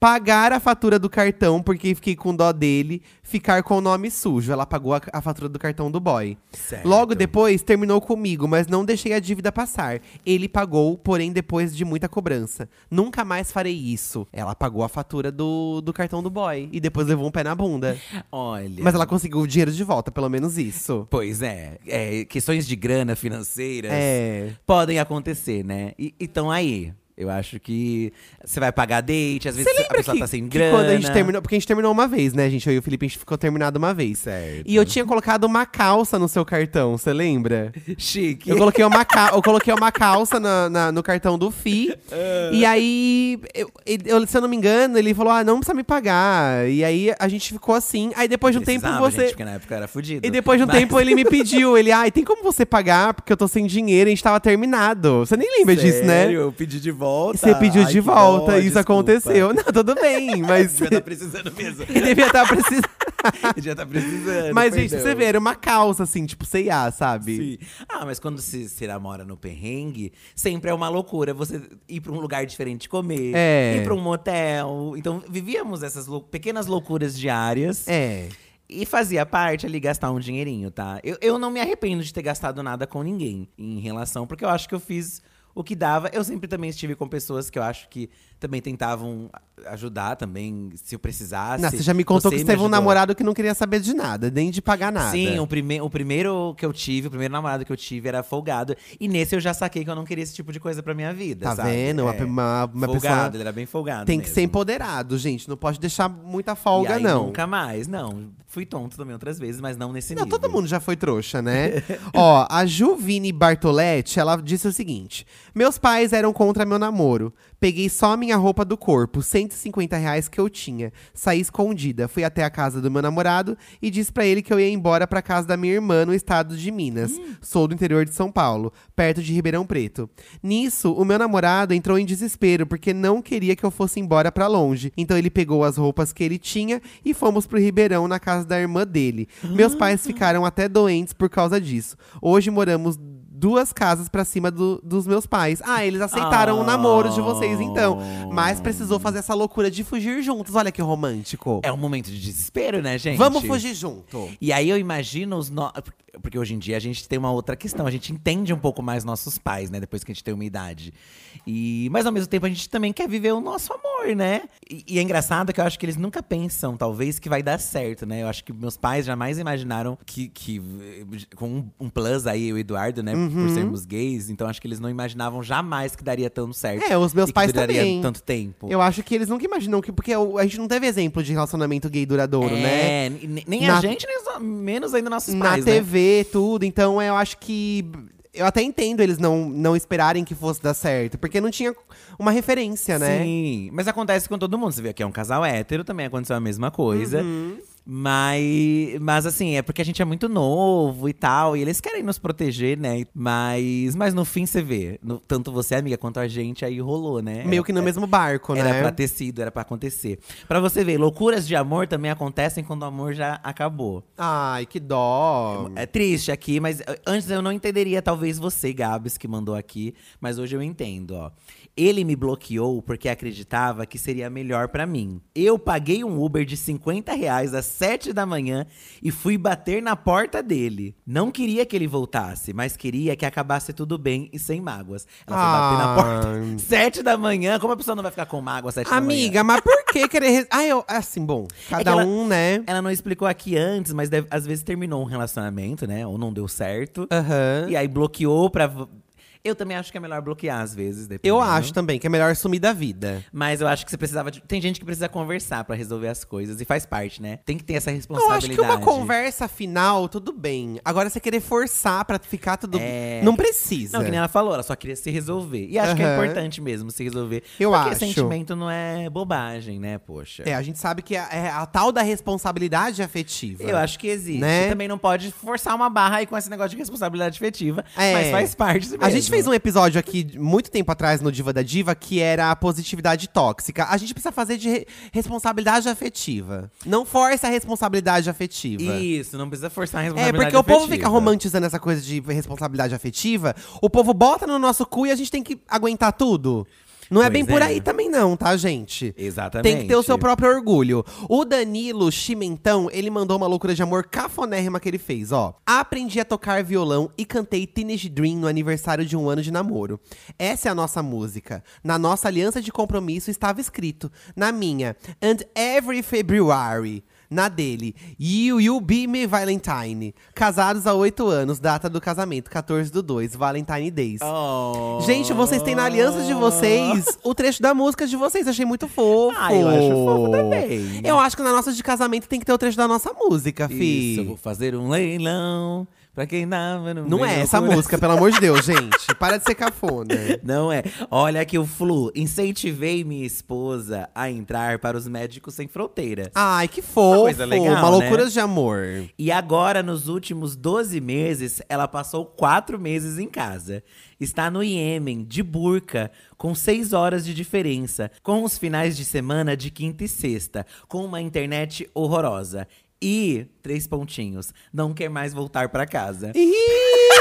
Speaker 2: Pagar a fatura do cartão porque fiquei com dó dele, ficar com o nome sujo. Ela pagou a, a fatura do cartão do boy.
Speaker 1: Certo.
Speaker 2: Logo depois, terminou comigo, mas não deixei a dívida passar. Ele pagou, porém depois de muita cobrança. Nunca mais farei isso. Ela pagou a fatura do, do cartão do boy e depois levou um pé na bunda.
Speaker 1: Olha.
Speaker 2: Mas ela conseguiu o dinheiro de volta, pelo menos isso.
Speaker 1: Pois é, é, questões de grana financeiras
Speaker 2: É.
Speaker 1: podem acontecer, né? E então aí, eu acho que você vai pagar date, às vezes
Speaker 2: Você
Speaker 1: a
Speaker 2: lembra
Speaker 1: pessoa
Speaker 2: que,
Speaker 1: tá sem
Speaker 2: que
Speaker 1: grana.
Speaker 2: quando a gente terminou, porque a gente terminou uma vez, né, gente? Eu e o Felipe, a gente ficou terminado uma vez.
Speaker 1: Certo.
Speaker 2: E eu tinha colocado uma calça no seu cartão, você lembra?
Speaker 1: Chique.
Speaker 2: Eu coloquei uma, ca- eu coloquei uma calça na- na- no cartão do Fi.
Speaker 1: É.
Speaker 2: e aí, eu- eu- se eu não me engano, ele falou: ah, não precisa me pagar. E aí a gente ficou assim. Aí depois de um tempo
Speaker 1: Precisava,
Speaker 2: você.
Speaker 1: gente, porque na época eu era fudido.
Speaker 2: E depois de um
Speaker 1: Mas-
Speaker 2: tempo ele me pediu, ele, ai, tem como você pagar? Porque eu tô sem dinheiro, a gente tava terminado. Você nem lembra disso, né?
Speaker 1: Sério, eu pedi de volta.
Speaker 2: Você pediu
Speaker 1: Ai, que
Speaker 2: de
Speaker 1: dó,
Speaker 2: volta, isso
Speaker 1: desculpa.
Speaker 2: aconteceu. Não, tudo bem, mas.
Speaker 1: Devia estar precisando mesmo.
Speaker 2: E devia estar precisando.
Speaker 1: Devia estar precisando.
Speaker 2: Mas, gente,
Speaker 1: perdão.
Speaker 2: você vê, era uma calça, assim, tipo, C&A, sabe?
Speaker 1: Sim. Ah, mas quando se, se namora no perrengue, sempre é uma loucura você ir pra um lugar diferente comer,
Speaker 2: É.
Speaker 1: ir pra um motel. Então vivíamos essas lou- pequenas loucuras diárias
Speaker 2: É.
Speaker 1: e fazia parte ali gastar um dinheirinho, tá? Eu, eu não me arrependo de ter gastado nada com ninguém em relação, porque eu acho que eu fiz o que dava. Eu sempre também estive com pessoas que eu acho que também tentavam a- ajudar também, se eu precisasse.
Speaker 2: Não, você já me contou
Speaker 1: Assim, Você
Speaker 2: que você teve um
Speaker 1: ajudou.
Speaker 2: namorado que não queria saber de nada, nem de pagar nada.
Speaker 1: Sim, um o, prime o primeiro que eu tive, o primeiro namorado que eu tive era folgado. E nesse eu já saquei que eu não queria esse tipo de coisa pra minha vida.
Speaker 2: Tá
Speaker 1: sabe?
Speaker 2: vendo? Uma,
Speaker 1: É.
Speaker 2: uma, uma
Speaker 1: folgado,
Speaker 2: pessoa
Speaker 1: ele era bem folgado.
Speaker 2: tem que ser
Speaker 1: mesmo.
Speaker 2: empoderado, gente. Não pode deixar muita
Speaker 1: E
Speaker 2: folga,
Speaker 1: aí,
Speaker 2: não.
Speaker 1: Nunca é mais, não. Fui tonto também outras vezes, mas não nesse
Speaker 2: Não,
Speaker 1: nível.
Speaker 2: todo mundo já foi trouxa, né? Ó, a Juvine Bartoletti, ela disse o seguinte: Meus pais eram contra meu namoro. Peguei só a minha roupa do corpo, 150 reais que eu tinha. Saí escondida, fui até a casa do meu namorado e disse pra ele que eu ia embora pra casa da minha irmã no estado de Minas.
Speaker 1: Hum.
Speaker 2: Sou do interior de São Paulo, perto de Ribeirão Preto. Nisso, o meu namorado entrou em desespero porque não queria que eu fosse embora pra longe. Então ele pegou as roupas que ele tinha e fomos pro Ribeirão na casa da irmã dele. Meus pais ficaram até doentes por causa disso. Hoje moramos duas casas pra cima do- dos meus pais. Ah, eles aceitaram o namoro de vocês então, mas precisou fazer essa loucura de fugir juntos. Olha que romântico.
Speaker 1: É um momento de desespero, né, gente?
Speaker 2: Vamos fugir junto.
Speaker 1: E aí eu imagino os no... Porque hoje em dia a gente tem uma outra questão, a gente entende um pouco mais nossos pais, né? Depois que a gente tem uma idade. E... Mas ao mesmo tempo a gente também quer viver o nosso amor, né? E, e é engraçado que eu acho que eles nunca pensam, talvez, que vai dar certo, né? Eu acho que meus pais jamais imaginaram que. que eh, com um, um plus aí, eu e o Eduardo, né?
Speaker 2: Uhum.
Speaker 1: Por sermos gays, então acho que eles não imaginavam jamais que daria tão certo.
Speaker 2: É, os meus
Speaker 1: e que
Speaker 2: pais
Speaker 1: duraria
Speaker 2: também.
Speaker 1: tanto tempo.
Speaker 2: Eu acho que eles nunca imaginam que. Porque o- a gente não teve exemplo de relacionamento gay duradouro, né?
Speaker 1: é, ne- nem
Speaker 2: Na-
Speaker 1: a gente, nem os- menos ainda nossos
Speaker 2: na
Speaker 1: pais. né?
Speaker 2: TV, tudo. Então eu acho que. Eu até entendo eles não, não esperarem que fosse dar certo, porque não tinha uma referência, né?
Speaker 1: Sim, mas acontece com todo mundo. Você vê que é um casal hétero, também aconteceu a mesma coisa.
Speaker 2: Uhum.
Speaker 1: Mas, mas assim, é porque a gente é muito novo e tal, e eles querem nos proteger, né? Mas, mas no fim você vê, no- tanto você, amiga, quanto a gente, aí rolou, né?
Speaker 2: Meio que no mesmo barco,
Speaker 1: Era
Speaker 2: né?
Speaker 1: pra ter sido, era pra acontecer. Pra você ver, loucuras de amor também acontecem quando o amor já acabou.
Speaker 2: Ai, que dó.
Speaker 1: É triste aqui, mas eh, antes eu não entenderia, talvez você, Gabs, que mandou aqui, mas hoje eu entendo, ó. Ele me bloqueou porque acreditava que seria melhor pra mim. Eu paguei um Uber de 50 reais às sete da manhã e fui bater na porta dele. Não queria que ele voltasse, mas queria que acabasse tudo bem e sem mágoas. Ela
Speaker 2: Ah.
Speaker 1: foi bater na
Speaker 2: Ai.
Speaker 1: porta sete da manhã. Como a pessoa não vai ficar com mágoa às sete da manhã? É
Speaker 2: Amiga, mas por que querer. res- Ah, eu. Assim, bom. Cada
Speaker 1: ela-
Speaker 2: um, né?
Speaker 1: Ela não explicou aqui antes, mas deve- às vezes terminou um relacionamento, né? Ou não deu certo.
Speaker 2: Aham.
Speaker 1: É. E aí bloqueou pra. v- Eu também acho que é melhor bloquear às vezes, dependendo.
Speaker 2: Eu acho também que é melhor sumir da vida.
Speaker 1: Mas eu acho que você precisava. de- Tem gente que precisa conversar pra resolver as coisas e faz parte, né? Tem que ter essa
Speaker 2: Eu
Speaker 1: responsabilidade.
Speaker 2: acho que uma conversa final, tudo bem. Agora, você querer forçar pra ficar tudo.
Speaker 1: É.
Speaker 2: Não precisa.
Speaker 1: Não, que nem ela falou, ela só queria se resolver. E acho que é
Speaker 2: Aham.
Speaker 1: importante mesmo se resolver.
Speaker 2: Eu
Speaker 1: porque
Speaker 2: acho.
Speaker 1: sentimento não é bobagem, né, poxa?
Speaker 2: É, a gente sabe que a- é a tal da responsabilidade afetiva.
Speaker 1: Eu acho que existe.
Speaker 2: Né?
Speaker 1: Também não pode forçar uma barra aí com esse negócio de responsabilidade afetiva.
Speaker 2: É.
Speaker 1: Mas faz parte mesmo.
Speaker 2: A gente fez um episódio aqui muito tempo atrás no Diva da Diva que era a positividade tóxica. A gente precisa fazer de re- responsabilidade afetiva. Não força a responsabilidade afetiva.
Speaker 1: Isso, não precisa forçar a
Speaker 2: É,
Speaker 1: responsabilidade
Speaker 2: porque o povo fica
Speaker 1: afetiva.
Speaker 2: romantizando essa coisa de responsabilidade afetiva. O povo bota no nosso cu e a gente tem que aguentar tudo. Não é
Speaker 1: Pois
Speaker 2: bem por
Speaker 1: é.
Speaker 2: aí também não, tá, gente?
Speaker 1: Exatamente.
Speaker 2: Tem que ter o seu próprio orgulho. O Danilo Chimentão, ele mandou uma loucura de amor cafonérrima que ele fez, ó. Aprendi a tocar violão e cantei Teenage Dream no aniversário de um ano de namoro. Essa é a nossa música. Na nossa aliança de compromisso estava escrito, na minha, And Every February. Na dele, You You Be Me Valentine. Casados há oito anos, data do casamento, 14 do 2, Valentine Days.
Speaker 1: Oh.
Speaker 2: Gente, vocês têm na aliança de vocês o trecho da música de vocês. Achei muito fofo.
Speaker 1: Ah, eu acho fofo também.
Speaker 2: Eu acho que na nossa de casamento tem que ter o trecho da nossa música,
Speaker 1: Isso, eu
Speaker 2: fi.
Speaker 1: vou fazer um leilão pra quem tava no
Speaker 2: Não
Speaker 1: meu
Speaker 2: é essa
Speaker 1: coração.
Speaker 2: música, pelo amor de Deus, gente. Para de ser cafona.
Speaker 1: Não é. Olha aqui o Flu. Incentivei minha esposa a entrar para os Médicos Sem Fronteira.
Speaker 2: Ai, que fofo. Uma,
Speaker 1: coisa legal, né?
Speaker 2: loucura de amor.
Speaker 1: E agora, nos últimos 12 meses, ela passou quatro meses em casa. Está no Iêmen, de burca, com seis horas de diferença, com os finais de semana de quinta e sexta, com uma internet horrorosa. E, três pontinhos, não quer mais voltar pra casa.
Speaker 2: Ih,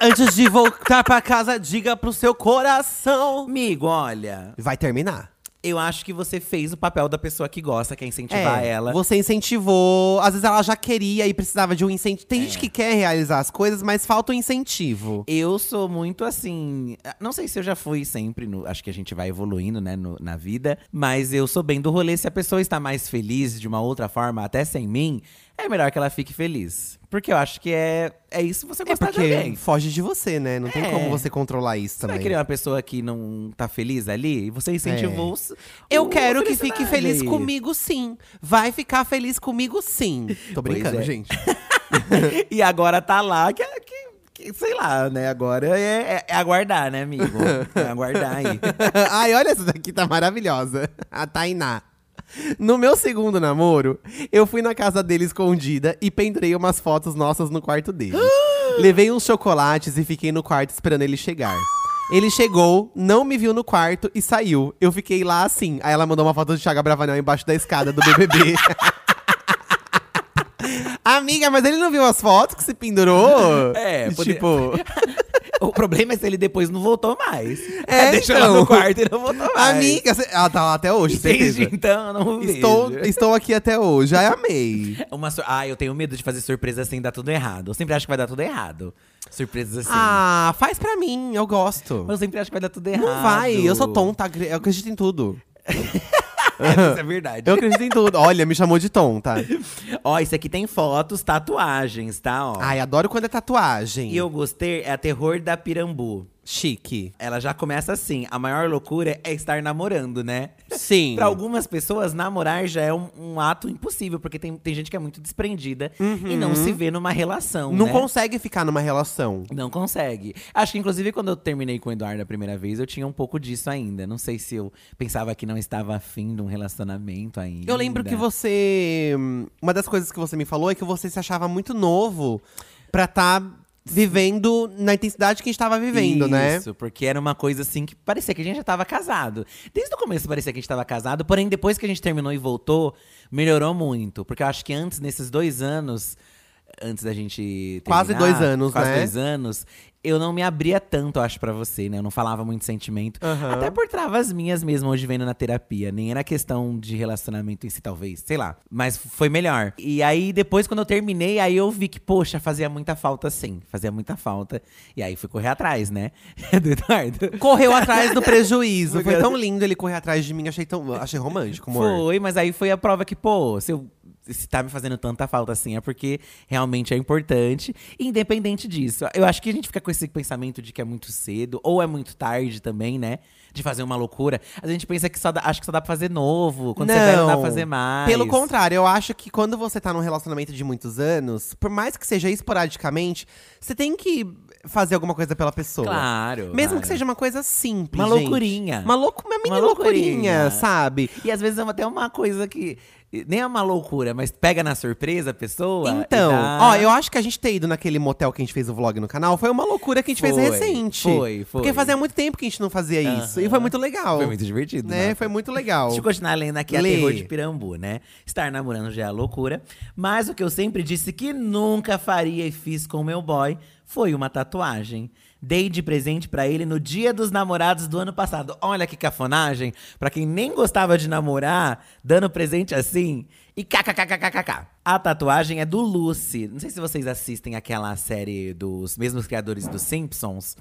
Speaker 2: Antes de voltar pra casa, diga pro seu coração.
Speaker 1: Amigo, olha,
Speaker 2: Vai terminar.
Speaker 1: eu acho que você fez o papel da pessoa que gosta, quer incentivar
Speaker 2: É.
Speaker 1: ela.
Speaker 2: Você incentivou. Às vezes ela já queria e precisava de um incentivo.
Speaker 1: É.
Speaker 2: Tem gente que quer realizar as coisas, mas falta o incentivo.
Speaker 1: Eu sou muito assim. Não sei se eu já fui sempre, no- acho que a gente vai evoluindo, né, no- na vida. Mas eu sou bem do rolê. Se a pessoa está mais feliz de uma outra forma, até sem mim, é melhor que ela fique feliz. Porque eu acho que é, é isso você
Speaker 2: É
Speaker 1: gostar de
Speaker 2: porque
Speaker 1: alguém.
Speaker 2: foge de você, né? Não tem
Speaker 1: É.
Speaker 2: como você controlar isso
Speaker 1: Você vai
Speaker 2: também.
Speaker 1: querer uma pessoa que não tá feliz ali? E você incentivou. os-
Speaker 2: É. Eu
Speaker 1: o-
Speaker 2: quero
Speaker 1: a
Speaker 2: que fique
Speaker 1: felicidade.
Speaker 2: feliz comigo, sim. Vai ficar feliz comigo, sim. Tô
Speaker 1: Pois
Speaker 2: brincando,
Speaker 1: é.
Speaker 2: gente.
Speaker 1: e agora tá lá, que, que- que- sei lá, né? Agora é, é- é aguardar, né, amigo? É aguardar aí.
Speaker 2: Ai, olha essa daqui, tá maravilhosa. A Tainá. No meu segundo namoro, eu fui na casa dele escondida e pendurei umas fotos nossas no quarto dele. Levei uns chocolates e fiquei no quarto esperando ele chegar. Ele chegou, não me viu no quarto e saiu. Eu fiquei lá assim. Aí ela mandou uma foto de Thiago Bravanel embaixo da escada do BBB. Amiga, mas ele não viu as fotos que se pendurou?
Speaker 1: É, pode-
Speaker 2: tipo.
Speaker 1: O problema é se ele depois não voltou mais.
Speaker 2: É,
Speaker 1: deixa
Speaker 2: então.
Speaker 1: ela no quarto e não voltou mais.
Speaker 2: Amiga, cê- ela tá lá até hoje, certeza.
Speaker 1: Desde então, eu não vejo.
Speaker 2: Estou, estou aqui até hoje. Ai, amei.
Speaker 1: Uma sur- Ah, eu tenho medo de fazer surpresa assim e dar tudo errado. Eu sempre acho que vai dar tudo errado. Surpresas assim.
Speaker 2: Ah, faz pra mim, eu gosto.
Speaker 1: Mas eu sempre acho que vai dar tudo errado.
Speaker 2: Não vai, eu sou tonta, agre- eu acredito em tudo.
Speaker 1: É, isso é verdade.
Speaker 2: Eu acredito em tudo. Olha, me chamou de tonta.
Speaker 1: Ó, isso aqui tem fotos, tatuagens, tá? Ó.
Speaker 2: Ai, adoro quando é tatuagem.
Speaker 1: E eu gostei, é a terror da Pirambu.
Speaker 2: Chique.
Speaker 1: Ela já começa assim. A maior loucura é estar namorando, né?
Speaker 2: Sim.
Speaker 1: Pra algumas pessoas, namorar já é um, um ato impossível, porque tem, tem gente que é muito desprendida e não se vê numa relação.
Speaker 2: Uhum. Não
Speaker 1: né?
Speaker 2: consegue ficar numa relação.
Speaker 1: Não consegue. Acho que, inclusive, quando eu terminei com o Eduardo a primeira vez, eu tinha um pouco disso ainda. Não sei se eu pensava que não estava afim de um relacionamento ainda.
Speaker 2: Eu lembro que você. hum, Uma das coisas que você me falou é que você se achava muito novo pra estar vivendo na intensidade que a gente tava vivendo,
Speaker 1: Isso,
Speaker 2: né?
Speaker 1: porque era uma coisa assim que parecia que a gente já estava casado. Desde o começo parecia que a gente estava casado, porém depois que a gente terminou e voltou, melhorou muito. Porque eu acho que antes, nesses dois anos, antes da gente terminar,
Speaker 2: Quase dois anos,
Speaker 1: quase
Speaker 2: né?
Speaker 1: dois anos, eu não me abria tanto, eu acho, pra você, né? Eu não falava muito sentimento.
Speaker 2: Aham.
Speaker 1: Até por travas minhas mesmo, hoje vendo na terapia. Nem era questão de relacionamento em si, talvez, sei lá. Mas foi melhor. E aí, depois, quando eu terminei, aí eu vi que, poxa, fazia muita falta sim. Fazia muita falta. E aí fui correr atrás, né? Do Eduardo.
Speaker 2: Correu atrás do prejuízo. Foi tão lindo ele correr atrás de mim, achei tão. Achei romântico, amor.
Speaker 1: Foi, mas aí foi a prova que, pô, se eu. Se tá me fazendo tanta falta assim, é porque realmente é importante. Independente disso, eu acho que a gente fica com esse pensamento de que é muito cedo, ou é muito tarde também, né? De fazer uma loucura. A gente pensa que só dá, acho que só dá pra fazer novo. Quando você vai, não dá pra fazer mais.
Speaker 2: Pelo contrário, eu acho que quando você tá num relacionamento de muitos anos, por mais que seja esporadicamente, você tem que fazer alguma coisa pela pessoa.
Speaker 1: Claro.
Speaker 2: Mesmo
Speaker 1: claro.
Speaker 2: que seja uma coisa simples.
Speaker 1: Uma
Speaker 2: gente.
Speaker 1: loucurinha.
Speaker 2: Uma, louco, uma mini
Speaker 1: Uma
Speaker 2: loucurinha,
Speaker 1: loucurinha.
Speaker 2: sabe?
Speaker 1: E às vezes é até uma coisa que. Nem é uma loucura, mas pega na surpresa a pessoa. e
Speaker 2: Então,
Speaker 1: dá-
Speaker 2: ó, eu acho que a gente ter ido naquele motel que a gente fez o vlog no canal foi uma loucura que a gente
Speaker 1: Foi,
Speaker 2: fez recente.
Speaker 1: foi, foi.
Speaker 2: Porque fazia muito tempo que a gente não fazia isso. E foi muito legal.
Speaker 1: Foi muito divertido.
Speaker 2: né?
Speaker 1: nossa.
Speaker 2: Foi muito legal.
Speaker 1: Deixa eu continuar lendo aqui a
Speaker 2: Lê.
Speaker 1: terror de Pirambu, né? Estar namorando já é loucura. Mas o que eu sempre disse que nunca faria e fiz com o meu boy foi uma tatuagem. Dei de presente pra ele no dia dos namorados do ano passado. Olha que cafonagem. Pra quem nem gostava de namorar, dando presente assim. E kkkkkkk. A tatuagem é do Lucy. Não sei se vocês assistem aquela série dos mesmos criadores dos Simpsons.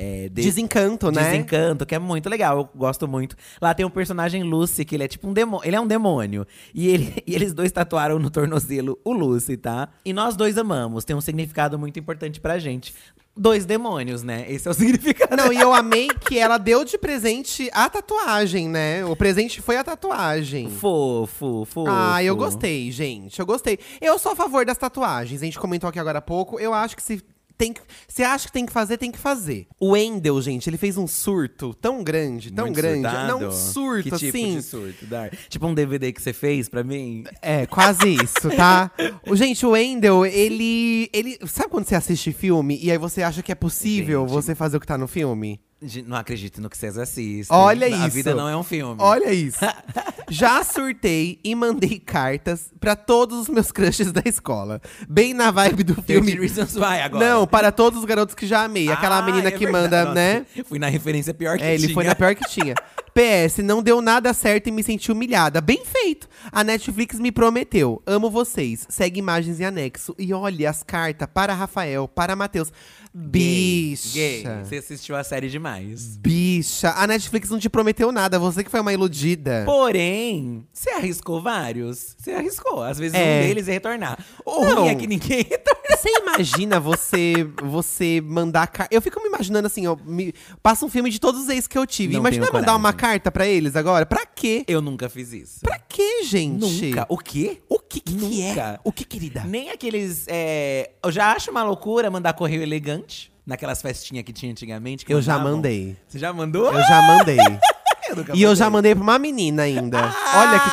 Speaker 1: É, The-
Speaker 2: Desencanto, né?
Speaker 1: Desencanto, que é muito legal, eu gosto muito. Lá tem um personagem Lucy, que ele é tipo um demônio. Ele é um demônio. E, ele- e eles dois tatuaram no tornozelo o Lucy, tá? E nós dois amamos, tem um significado muito importante pra gente. Dois demônios, né? Esse é o significado.
Speaker 2: Não, e eu amei que ela deu de presente a tatuagem, né? O presente foi a tatuagem.
Speaker 1: Fofo, fofo.
Speaker 2: Ah, eu gostei, gente. Eu gostei. Eu sou a favor das tatuagens. A gente comentou aqui agora há pouco. Eu acho que se tem que, se acha que tem que fazer, tem que fazer. O Wendel, gente, ele fez um surto tão grande, tão
Speaker 1: Muito
Speaker 2: grande.
Speaker 1: surtado.
Speaker 2: Não, um surto,
Speaker 1: que tipo
Speaker 2: assim.
Speaker 1: De surto, Dar? Tipo um DVD que você fez pra mim.
Speaker 2: É, quase isso, tá? O- Gente, o Wendell, ele, ele. Sabe quando você assiste filme e aí você acha que é possível
Speaker 1: Gente.
Speaker 2: você fazer o que tá no filme?
Speaker 1: De- Não acredito no que vocês assistem.
Speaker 2: Olha
Speaker 1: A
Speaker 2: isso.
Speaker 1: vida não é um filme.
Speaker 2: Olha isso. Já surtei e mandei cartas pra todos os meus crushes da escola. Bem na vibe do
Speaker 1: Filme
Speaker 2: filme.
Speaker 1: Reasons Why agora.
Speaker 2: Não, para todos os garotos que já amei. Aquela
Speaker 1: Ah,
Speaker 2: menina
Speaker 1: é
Speaker 2: que
Speaker 1: verdade.
Speaker 2: manda,
Speaker 1: Nossa,
Speaker 2: né?
Speaker 1: Fui na referência pior que
Speaker 2: É, ele
Speaker 1: tinha.
Speaker 2: foi na pior que tinha. PS, não deu nada certo e me senti humilhada. Bem feito! A Netflix me prometeu. Amo vocês. Segue imagens e anexo. E olha as cartas para Rafael, para Matheus.
Speaker 1: Gay,
Speaker 2: Bicha!
Speaker 1: Gay, você assistiu a série demais.
Speaker 2: Bicha! A Netflix não te prometeu nada. Você que foi uma iludida.
Speaker 1: Porém, você arriscou vários. Você arriscou. Às vezes
Speaker 2: É.
Speaker 1: um deles ia retornar. O
Speaker 2: Não.
Speaker 1: ruim é que ninguém retorna.
Speaker 2: Você imagina você você mandar carta. Eu fico me imaginando assim, ó, me- passa um filme de todos os ex que eu tive.
Speaker 1: Não
Speaker 2: imagina
Speaker 1: tenho
Speaker 2: mandar uma
Speaker 1: coragem.
Speaker 2: carta pra eles agora? Pra quê?
Speaker 1: Eu nunca fiz isso.
Speaker 2: Pra quê, gente?
Speaker 1: Nunca. O quê?
Speaker 2: O que, que é?
Speaker 1: Nunca.
Speaker 2: O que, querida?
Speaker 1: Nem aqueles. é, eu já acho uma loucura mandar correio elegante. Naquelas festinhas que tinha antigamente. que
Speaker 2: Eu já
Speaker 1: mandavam.
Speaker 2: mandei.
Speaker 1: Você já mandou?
Speaker 2: Eu já mandei.
Speaker 1: Eu nunca
Speaker 2: e eu
Speaker 1: mandei. Ah,
Speaker 2: já mandei pra uma menina ainda. Olha que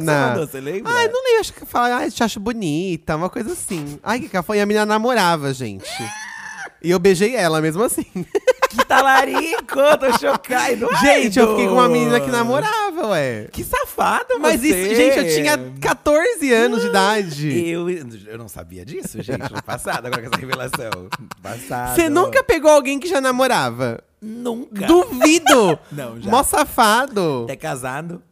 Speaker 1: O que que você mandou? Você lembra?
Speaker 2: Ai, não lembro. Acho que eu falei, ai, te acho bonita, uma coisa assim. Ai, que cafona. E a menina namorava, gente. E eu beijei ela mesmo assim.
Speaker 1: Que talarico! Tô chocado.
Speaker 2: gente, eu
Speaker 1: Eduardo.
Speaker 2: fiquei com uma menina que namorava, ué.
Speaker 1: Que safado,
Speaker 2: Mas
Speaker 1: você. Ah.
Speaker 2: isso, gente, eu tinha 14 anos de idade.
Speaker 1: Eu, eu não sabia disso, gente. No passado, agora com essa revelação. Passado.
Speaker 2: Você nunca pegou alguém que já namorava?
Speaker 1: Nunca.
Speaker 2: Duvido!
Speaker 1: Não, já.
Speaker 2: Mó safado!
Speaker 1: Até casado.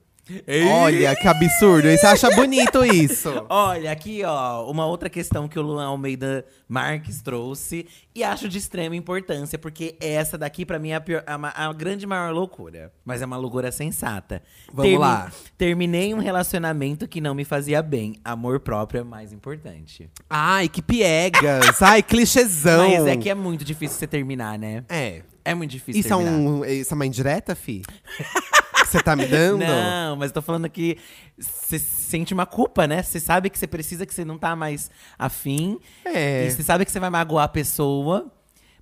Speaker 2: Olha, que absurdo. Você acha bonito isso?
Speaker 1: Olha, aqui, ó, uma outra questão que o Luan Almeida Marques trouxe e acho de extrema importância, porque essa daqui, pra mim, é a, pior- a ma- a grande maior loucura. Mas é uma loucura sensata.
Speaker 2: Vamos lá.
Speaker 1: Terminei um relacionamento que não me fazia bem. Amor próprio é mais importante.
Speaker 2: Ai, que piegas. Ai, clichêzão.
Speaker 1: Mas é que é muito difícil você terminar, né?
Speaker 2: É.
Speaker 1: É muito difícil
Speaker 2: Isso é,
Speaker 1: terminar.
Speaker 2: um, isso é uma indireta, fi? que você tá me dando?
Speaker 1: Não, mas eu tô falando que você sente uma culpa, né? Você sabe que você precisa, que você não tá mais afim.
Speaker 2: É.
Speaker 1: E você sabe que você vai magoar a pessoa.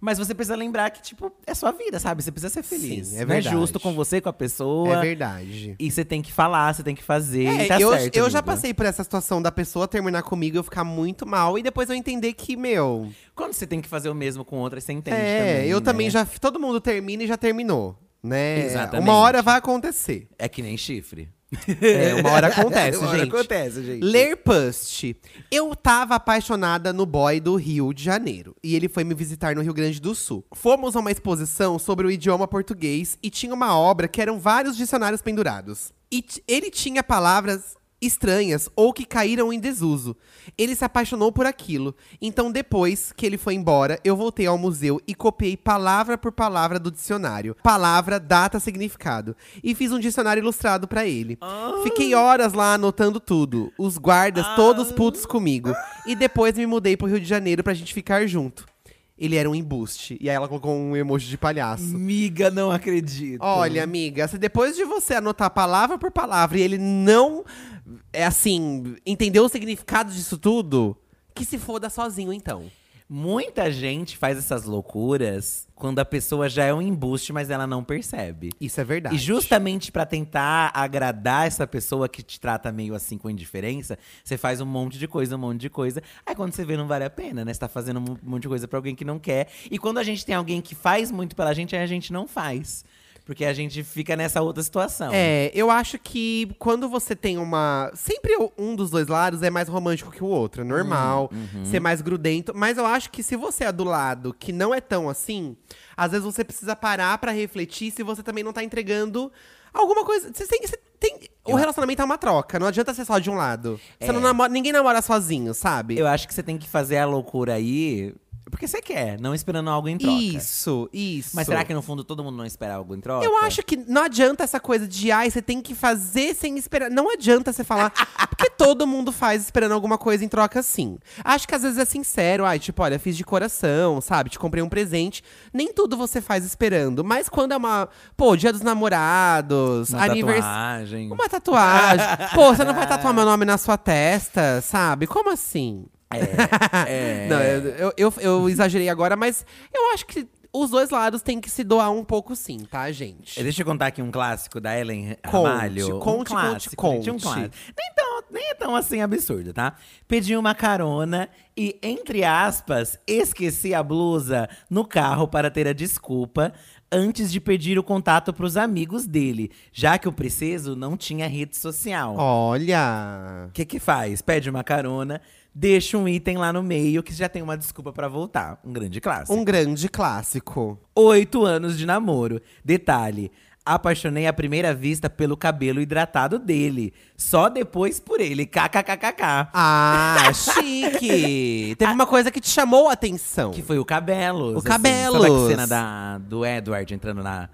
Speaker 1: Mas você precisa lembrar que, tipo, é sua vida, sabe? Você precisa ser feliz.
Speaker 2: Sim, é
Speaker 1: não é
Speaker 2: verdade.
Speaker 1: justo com você, com a pessoa.
Speaker 2: É verdade.
Speaker 1: E você tem que falar, você tem que fazer. e
Speaker 2: É,
Speaker 1: tá
Speaker 2: eu,
Speaker 1: certo,
Speaker 2: eu já
Speaker 1: amigo.
Speaker 2: passei por essa situação da pessoa terminar comigo, eu ficar muito mal. E depois eu entender que, meu…
Speaker 1: Quando você tem que fazer o mesmo com outra, você entende
Speaker 2: é,
Speaker 1: também,
Speaker 2: eu
Speaker 1: né?
Speaker 2: também já… Todo mundo termina e já terminou, né?
Speaker 1: Exatamente.
Speaker 2: Uma hora vai acontecer.
Speaker 1: É que nem chifre.
Speaker 2: É, uma hora acontece,
Speaker 1: Uma hora
Speaker 2: gente.
Speaker 1: acontece, gente.
Speaker 2: Ler Pust. Eu tava apaixonada no boy do Rio de Janeiro. E ele foi me visitar no Rio Grande do Sul. Fomos a uma exposição sobre o idioma português e tinha uma obra que eram vários dicionários pendurados. E t- ele tinha palavras estranhas ou que caíram em desuso. Ele se apaixonou por aquilo. Então, depois que ele foi embora, eu voltei ao museu e copiei palavra por palavra do dicionário. Palavra, data, significado. E fiz um dicionário ilustrado pra ele. Fiquei horas lá anotando tudo. Os guardas todos putos comigo. E depois me mudei pro Rio de Janeiro pra gente ficar junto. Ele era um embuste. E aí ela colocou um emoji de palhaço.
Speaker 1: Miga, não acredito.
Speaker 2: Olha, amiga, se depois de você anotar palavra por palavra e ele não, é assim, entendeu o significado disso tudo, que se foda sozinho, então.
Speaker 1: Muita gente faz essas loucuras quando a pessoa já é um embuste, mas ela não percebe.
Speaker 2: Isso é verdade.
Speaker 1: E justamente pra tentar agradar essa pessoa que te trata meio assim com indiferença, você faz um monte de coisa, um monte de coisa. Aí quando você vê, não vale a pena, né? Você tá fazendo um monte de coisa pra alguém que não quer. E quando a gente tem alguém que faz muito pela gente, aí a gente não faz. Porque a gente fica nessa outra situação.
Speaker 2: É, eu acho que quando você tem uma. Sempre o- um dos dois lados é mais romântico que o outro, é normal,
Speaker 1: Uhum,
Speaker 2: ser mais grudento. Mas eu acho que se você é do lado que não é tão assim, às vezes você precisa parar pra refletir se você também não tá entregando alguma coisa. Você tem. você tem- o relacionamento é uma troca, não adianta ser só de um lado. Você não namora, ninguém namora sozinho, sabe?
Speaker 1: É. Eu acho que você tem que fazer a loucura aí porque você quer, não esperando algo em é troca.
Speaker 2: Isso, isso.
Speaker 1: Mas será que no fundo todo mundo não espera algo em troca?
Speaker 2: Eu acho que não adianta essa coisa de, ai, você tem que fazer sem esperar. Não adianta você falar, porque todo mundo faz esperando alguma coisa em troca, sim. Acho que às vezes é sincero, ai, tipo, olha, fiz de coração, sabe? Te comprei um presente. Nem tudo você faz esperando, mas quando é uma, pô, dia dos namorados,
Speaker 1: uma
Speaker 2: aniversário.
Speaker 1: tatuagem.
Speaker 2: Uma tatuagem. Pô, você não vai tatuar meu nome na sua testa, sabe? Como assim?
Speaker 1: É.
Speaker 2: Não, eu, eu, eu- eu exagerei agora, mas eu acho que os dois lados têm que se doar um pouco sim, tá, gente?
Speaker 1: Deixa eu contar aqui um clássico da Ellen
Speaker 2: Conte,
Speaker 1: Ramalho.
Speaker 2: conte,
Speaker 1: um
Speaker 2: conte,
Speaker 1: clássico, gente, um
Speaker 2: conte.
Speaker 1: clássico. Nem tão, nem é tão assim absurdo, tá? Pedi uma carona e, entre aspas, esqueci a blusa no carro para ter a desculpa antes de pedir o contato para os amigos dele, já que o preciso não tinha rede social.
Speaker 2: Olha!
Speaker 1: O que que faz? Pede uma carona, deixa um item lá no meio que já tem uma desculpa pra voltar. Um grande clássico.
Speaker 2: Um grande clássico.
Speaker 1: Oito anos de namoro. Detalhe: apaixonei à primeira vista pelo cabelo hidratado dele. Só depois por ele. KKKKK.
Speaker 2: Ah, chique! Teve uma coisa que te chamou a atenção.
Speaker 1: Que foi o cabelo.
Speaker 2: O
Speaker 1: Sabe
Speaker 2: Cabelos.
Speaker 1: a cena da, do Edward entrando na.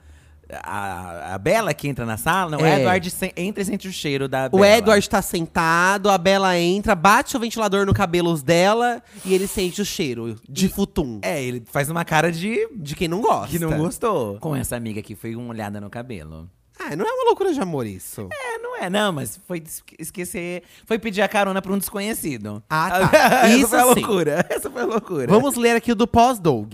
Speaker 1: A, a Bela que entra na sala? Não, o
Speaker 2: É.
Speaker 1: Edward se- entra e sente o cheiro da
Speaker 2: O
Speaker 1: Bella.
Speaker 2: Edward tá sentado, a Bela entra, bate o ventilador no cabelos dela e ele sente o cheiro de futum.
Speaker 1: É, ele faz uma cara de.
Speaker 2: De quem não gosta.
Speaker 1: que não gostou. Com essa amiga que foi uma olhada no cabelo.
Speaker 2: Ah, não é uma loucura de amor isso.
Speaker 1: É, não é, não, mas foi esque- esquecer. Foi pedir a carona pra um desconhecido.
Speaker 2: Ah, tá.
Speaker 1: Essa
Speaker 2: Isso
Speaker 1: foi a
Speaker 2: sim.
Speaker 1: loucura. Essa foi a loucura.
Speaker 2: Vamos ler aqui o do pós-Doug.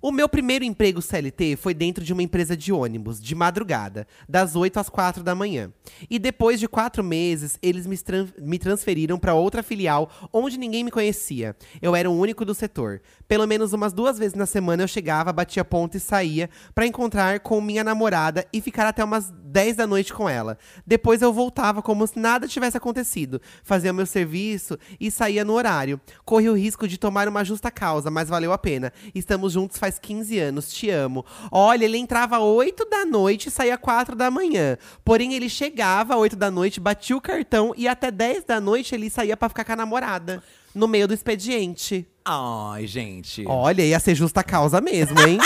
Speaker 2: O meu primeiro emprego CLT foi dentro de uma empresa de ônibus, de madrugada, das 8 às 4 da manhã. E depois de quatro meses, eles me, tran- me transferiram para outra filial onde ninguém me conhecia. Eu era o único do setor. Pelo menos umas duas vezes na semana eu chegava, batia ponto e saía para encontrar com minha namorada e ficar até umas 10 da noite com ela. Depois eu voltava como se nada tivesse acontecido, fazia meu serviço e saía no horário. Corri o risco de tomar uma justa causa, mas valeu a pena. Estamos juntos faz 15 anos, te amo. Olha, ele entrava 8 da noite e saía 4 da manhã. Porém, ele chegava 8 da noite, batia o cartão e até 10 da noite ele saía pra ficar com a namorada. No meio do expediente.
Speaker 1: Ai, gente.
Speaker 2: Olha, ia ser justa causa mesmo, hein?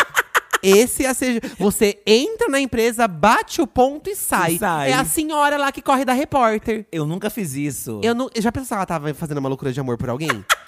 Speaker 2: Esse ia ser. ju- Você entra na empresa, bate o ponto e sai.
Speaker 1: E sai.
Speaker 2: É a senhora lá que corre da repórter.
Speaker 1: Eu nunca fiz isso.
Speaker 2: Eu não. Já pensou se ela tava fazendo uma loucura de amor por alguém?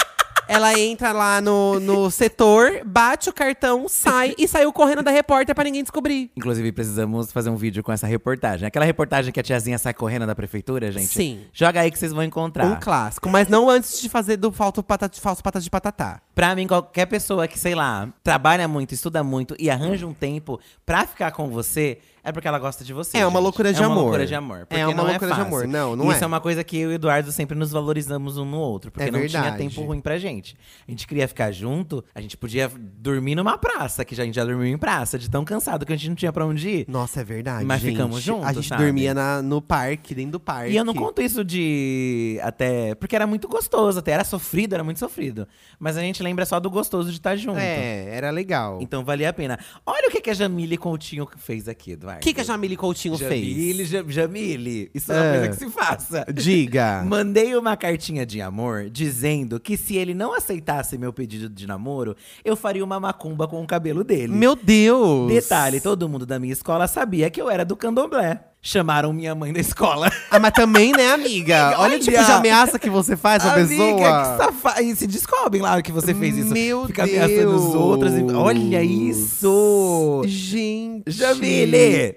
Speaker 2: Ela entra lá no, no setor, bate o cartão, sai e saiu correndo da repórter pra ninguém descobrir.
Speaker 1: Inclusive, precisamos fazer um vídeo com essa reportagem. Aquela reportagem que a tiazinha sai correndo da prefeitura, gente.
Speaker 2: Sim.
Speaker 1: Joga aí que vocês vão encontrar.
Speaker 2: Um clássico, mas não antes de fazer do falso patat, falso patas de patatá.
Speaker 1: Pra mim, qualquer pessoa que, sei lá, trabalha muito, estuda muito e arranja um tempo pra ficar com você, é porque ela gosta de você.
Speaker 2: É uma
Speaker 1: gente.
Speaker 2: loucura de
Speaker 1: é uma
Speaker 2: amor.
Speaker 1: loucura de amor. Porque
Speaker 2: É uma
Speaker 1: não
Speaker 2: loucura de
Speaker 1: fácil.
Speaker 2: amor. Não, não
Speaker 1: E
Speaker 2: é.
Speaker 1: Isso é uma coisa que eu e o Eduardo sempre nos valorizamos um no outro. Porque
Speaker 2: É
Speaker 1: não tinha
Speaker 2: verdade.
Speaker 1: tempo ruim pra gente. A gente queria ficar junto, a gente podia dormir numa praça, que já- a gente já dormiu em praça, de tão cansado que a gente não tinha pra onde ir.
Speaker 2: Nossa, é verdade.
Speaker 1: Mas
Speaker 2: gente.
Speaker 1: ficamos juntos,
Speaker 2: A gente
Speaker 1: sabe?
Speaker 2: dormia na- no parque, dentro do parque.
Speaker 1: E eu não conto isso de. Até. Porque era muito gostoso, até. Era sofrido, era muito sofrido. Mas a gente lembra só do gostoso de estar junto.
Speaker 2: É, era legal. O
Speaker 1: Então valia a pena. Olha o que, que a Jamile Coutinho fez aqui, Eduardo.
Speaker 2: que, que a Jamile Coutinho
Speaker 1: Jamile,
Speaker 2: fez?
Speaker 1: Ja- Jamile, isso é uma
Speaker 2: Ah.
Speaker 1: coisa que se faça.
Speaker 2: Diga.
Speaker 1: Mandei uma cartinha de amor dizendo que se ele não aceitasse meu pedido de namoro, eu faria uma macumba com o cabelo dele.
Speaker 2: Meu Deus!
Speaker 1: Detalhe, todo mundo da minha escola sabia que eu era do candomblé. Chamaram minha mãe da escola.
Speaker 2: Ah, mas também, né, amiga?
Speaker 1: Amiga,
Speaker 2: olha o tipo de
Speaker 1: olha.
Speaker 2: ameaça que você faz pra
Speaker 1: Amiga,
Speaker 2: pessoa.
Speaker 1: que safa... E se descobrem lá que você fez isso.
Speaker 2: Meu
Speaker 1: Fica ameaçando os outros. e-
Speaker 2: Deus.
Speaker 1: Olha isso!
Speaker 2: Gente!
Speaker 1: Jamile!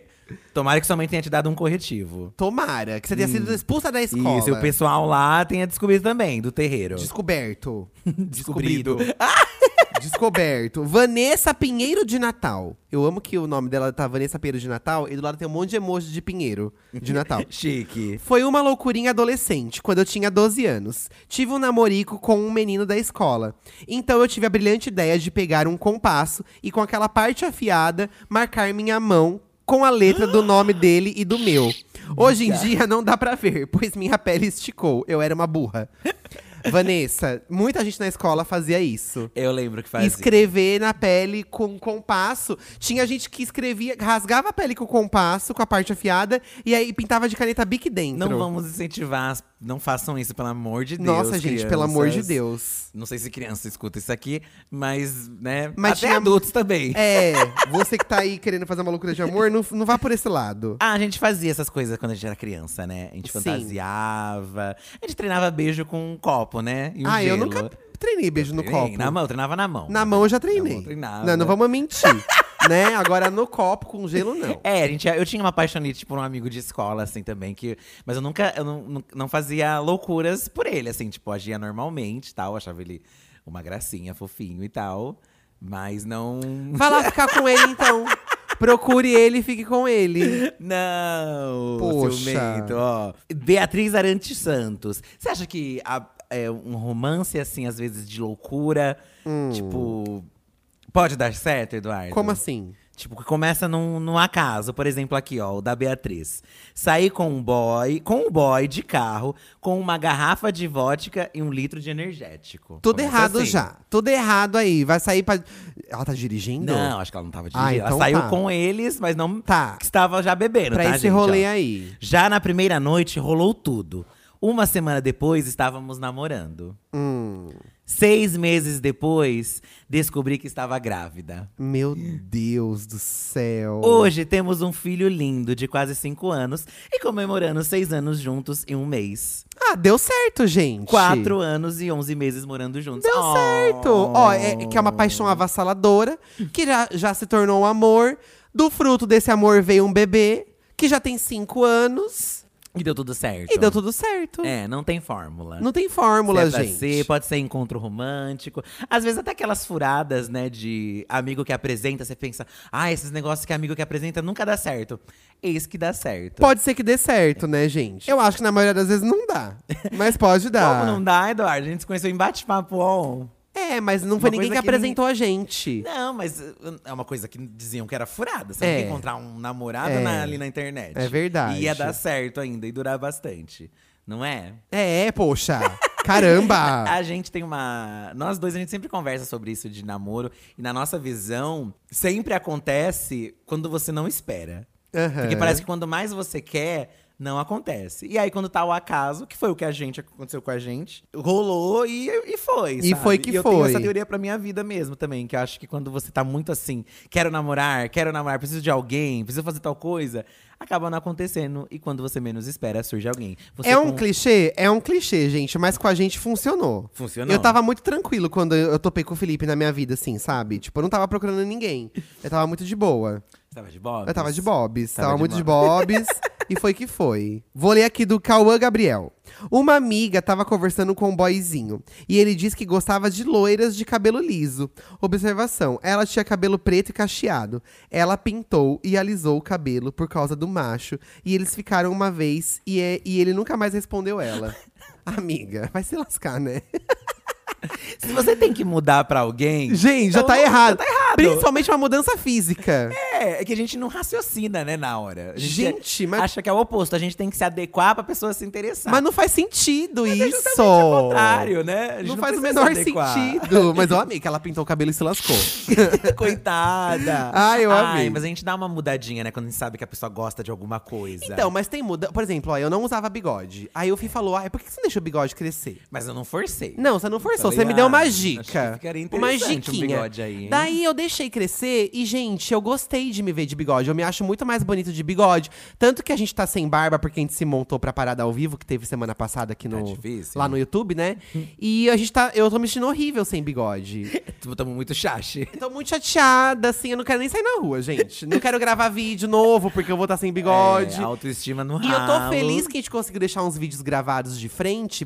Speaker 1: Tomara que sua mãe tenha te dado um corretivo.
Speaker 2: Tomara, que você tenha sido expulsa da escola.
Speaker 1: Hum. Isso, e o pessoal lá tenha descobrido também, do terreiro.
Speaker 2: Descoberto.
Speaker 1: Descobrido.
Speaker 2: Descoberto. Vanessa Pinheiro de Natal. Eu amo que o nome dela tá Vanessa Pinheiro de Natal e do lado tem um monte de emoji de Pinheiro de Natal.
Speaker 1: Chique.
Speaker 2: Foi uma loucurinha adolescente, quando eu tinha 12 anos. Tive um namorico com um menino da escola. Então eu tive a brilhante ideia de pegar um compasso e com aquela parte afiada marcar minha mão com a letra do nome dele e do meu. Hoje em dia não dá pra ver, pois minha pele esticou. Eu era uma burra. Vanessa, muita gente na escola fazia isso.
Speaker 1: Eu lembro que fazia.
Speaker 2: Escrever na pele com compasso. Tinha gente que escrevia, rasgava a pele com compasso, com a parte afiada, e aí pintava de caneta bic dentro.
Speaker 1: Não vamos incentivar, as- não façam isso, pelo amor de Deus.
Speaker 2: Nossa, gente, pelo amor de
Speaker 1: crianças.
Speaker 2: Deus.
Speaker 1: Não sei se criança escuta isso aqui, mas, né?
Speaker 2: Mas
Speaker 1: até
Speaker 2: tinha-
Speaker 1: adultos também.
Speaker 2: É, você que tá aí querendo fazer uma loucura de amor, não, não vá por esse lado.
Speaker 1: Ah, a gente fazia essas coisas quando a gente era criança, né? A gente
Speaker 2: Sim.
Speaker 1: fantasiava. A gente treinava beijo com um copo, né? E um
Speaker 2: ah, eu
Speaker 1: gelo.
Speaker 2: nunca treinei beijo no
Speaker 1: Treinei,
Speaker 2: copo.
Speaker 1: Na mão, eu treinava na mão.
Speaker 2: Na mão eu já
Speaker 1: Na
Speaker 2: treinei.
Speaker 1: mão treinava.
Speaker 2: não, não vamos mentir. né? Agora no copo com gelo, não.
Speaker 1: É, a gente, eu tinha uma apaixonite por um amigo de escola, assim, também, que. Mas eu nunca. Eu não, não- não fazia loucuras por ele, assim, tipo, agia normalmente e tal. Achava ele uma gracinha, fofinho e tal. Mas não.
Speaker 2: Vai lá ficar com ele, então. Procure ele e fique com ele.
Speaker 1: Não!
Speaker 2: Poxa.
Speaker 1: ciumento, ó. Beatriz Arante Santos. Você acha que a- é um romance, assim, às vezes de loucura? Tipo. Pode dar certo, Eduardo?
Speaker 2: Hum. Como assim?
Speaker 1: Tipo, que começa num, num acaso. Por exemplo, aqui, ó, o da Beatriz. Saí com um boy, com um boy de carro, com uma garrafa de vodka e um litro de energético.
Speaker 2: Tudo
Speaker 1: Começa
Speaker 2: errado
Speaker 1: assim.
Speaker 2: já. Tudo errado aí. Vai sair pra. Ela tá dirigindo?
Speaker 1: Não, acho que ela não tava dirigindo.
Speaker 2: Ah,
Speaker 1: ela
Speaker 2: então
Speaker 1: saiu
Speaker 2: tá.
Speaker 1: com eles, mas não
Speaker 2: Tá.
Speaker 1: que estava já bebendo,
Speaker 2: Pra
Speaker 1: tá,
Speaker 2: esse
Speaker 1: gente,
Speaker 2: rolê
Speaker 1: ó.
Speaker 2: aí.
Speaker 1: Já na primeira noite, rolou tudo. Uma semana depois, estávamos namorando.
Speaker 2: Hum.
Speaker 1: Seis meses depois, descobri que estava grávida.
Speaker 2: Meu Deus do céu.
Speaker 1: Hoje temos um filho lindo de quase cinco anos e comemorando seis anos juntos em um mês.
Speaker 2: Ah, deu certo, gente.
Speaker 1: Quatro anos e onze meses morando juntos.
Speaker 2: Deu
Speaker 1: Oh.
Speaker 2: certo. Ó, é, que é uma paixão avassaladora, que já, já se tornou um amor. Do fruto desse amor veio um bebê, que já tem cinco anos.
Speaker 1: E deu tudo certo.
Speaker 2: E deu tudo certo.
Speaker 1: É, não tem fórmula.
Speaker 2: Não tem fórmula,
Speaker 1: Se é pra
Speaker 2: gente.
Speaker 1: ser, pode ser encontro romântico. Às vezes até aquelas furadas, né, de amigo que apresenta, você pensa, ah, esses negócios que amigo que apresenta nunca dá certo. Eis que dá certo.
Speaker 2: Pode ser que dê certo, né, gente? Eu acho que na maioria das vezes não dá. Mas pode dar.
Speaker 1: Como não dá, Eduardo? A gente se conheceu em bate-papo on.
Speaker 2: É, mas não foi
Speaker 1: Uma
Speaker 2: ninguém que
Speaker 1: coisa que
Speaker 2: apresentou a gente.
Speaker 1: Não, mas uh, é uma coisa que diziam que era furada. Você
Speaker 2: É.
Speaker 1: não quer encontrar um namorado
Speaker 2: É.
Speaker 1: na- ali na internet.
Speaker 2: É verdade.
Speaker 1: E ia dar certo ainda e durar bastante. Não é?
Speaker 2: É, poxa. Caramba.
Speaker 1: A gente tem uma. Nós dois, a gente sempre conversa sobre isso de namoro. E na nossa visão, sempre acontece quando você não espera.
Speaker 2: Aham.
Speaker 1: Porque parece que quando mais você quer, não acontece. E aí, quando tá o acaso, que foi o que a gente aconteceu com a gente, rolou e, e foi.
Speaker 2: E
Speaker 1: sabe?
Speaker 2: foi que
Speaker 1: e eu tenho
Speaker 2: foi.
Speaker 1: essa teoria pra minha vida mesmo também. Que eu acho que quando você tá muito assim, quero namorar, quero namorar, preciso de alguém, preciso fazer tal coisa, acaba não acontecendo. E quando você menos espera, surge alguém. Você
Speaker 2: É um
Speaker 1: com-
Speaker 2: clichê? É um clichê, gente, mas com a gente funcionou.
Speaker 1: Funcionou.
Speaker 2: Eu tava muito tranquilo quando eu eu topei com o Felipe na minha vida, assim, sabe? Tipo, eu não tava procurando ninguém. Eu tava muito de boa.
Speaker 1: Você Tava de bola?
Speaker 2: Eu tava de bobs.
Speaker 1: Tava
Speaker 2: Tava,
Speaker 1: de
Speaker 2: muito de bobs. E foi que foi. Vou ler aqui do Cauã Gabriel. Uma amiga tava conversando com um boyzinho e ele disse que gostava de loiras de cabelo liso. Observação: ela tinha cabelo preto e cacheado. Ela pintou e alisou o cabelo por causa do macho e eles ficaram uma vez e, é- e ele nunca mais respondeu ela. Amiga, vai se lascar, né?
Speaker 1: Se você tem que mudar pra alguém.
Speaker 2: Gente, já
Speaker 1: Então,
Speaker 2: tá,
Speaker 1: não, já
Speaker 2: errado.
Speaker 1: tá errado.
Speaker 2: Principalmente uma mudança física.
Speaker 1: É, é que a gente não raciocina, né, na hora. A
Speaker 2: É, Gente, mas-
Speaker 1: acha que é o oposto. A gente tem que se adequar pra pessoa se interessar.
Speaker 2: Mas não faz sentido isso.
Speaker 1: justamente ao contrário, né? A gente
Speaker 2: Não, faz o
Speaker 1: precisa
Speaker 2: menor
Speaker 1: se adequar.
Speaker 2: sentido. Mas ó, amiga, ela pintou o cabelo e se lascou.
Speaker 1: Coitada.
Speaker 2: Ai, eu amei.
Speaker 1: Mas a gente dá uma mudadinha, né? Quando a gente sabe que a pessoa gosta de alguma coisa.
Speaker 2: Então, mas tem muda. Por exemplo, ó, eu não usava bigode. Aí o Fih falou: ah, por que você não deixa o bigode crescer?
Speaker 1: Mas eu não forcei.
Speaker 2: Não, você não forçou,
Speaker 1: Falei,
Speaker 2: você me deu
Speaker 1: "Ah,
Speaker 2: uma
Speaker 1: acho que
Speaker 2: dica.
Speaker 1: ficaria
Speaker 2: uma
Speaker 1: interessante um
Speaker 2: diquinha.
Speaker 1: bigode aí, hein?"
Speaker 2: Daí eu deixei crescer e, gente, eu gostei de me ver de bigode. Eu me acho muito mais bonito de bigode. Tanto que a gente tá sem barba porque a gente se montou pra parada ao vivo, que teve semana passada aqui no.
Speaker 1: Tá difícil.
Speaker 2: lá no YouTube, né? e a gente tá. Eu tô me sentindo horrível sem bigode.
Speaker 1: Estamos Tipo, muito chache.
Speaker 2: Eu Tô muito chateada, assim, eu não quero nem sair na rua, gente. Não quero gravar vídeo novo, porque eu vou estar sem bigode.
Speaker 1: É, autoestima no
Speaker 2: E eu tô
Speaker 1: ralo.
Speaker 2: feliz que a gente conseguiu deixar uns vídeos gravados de frente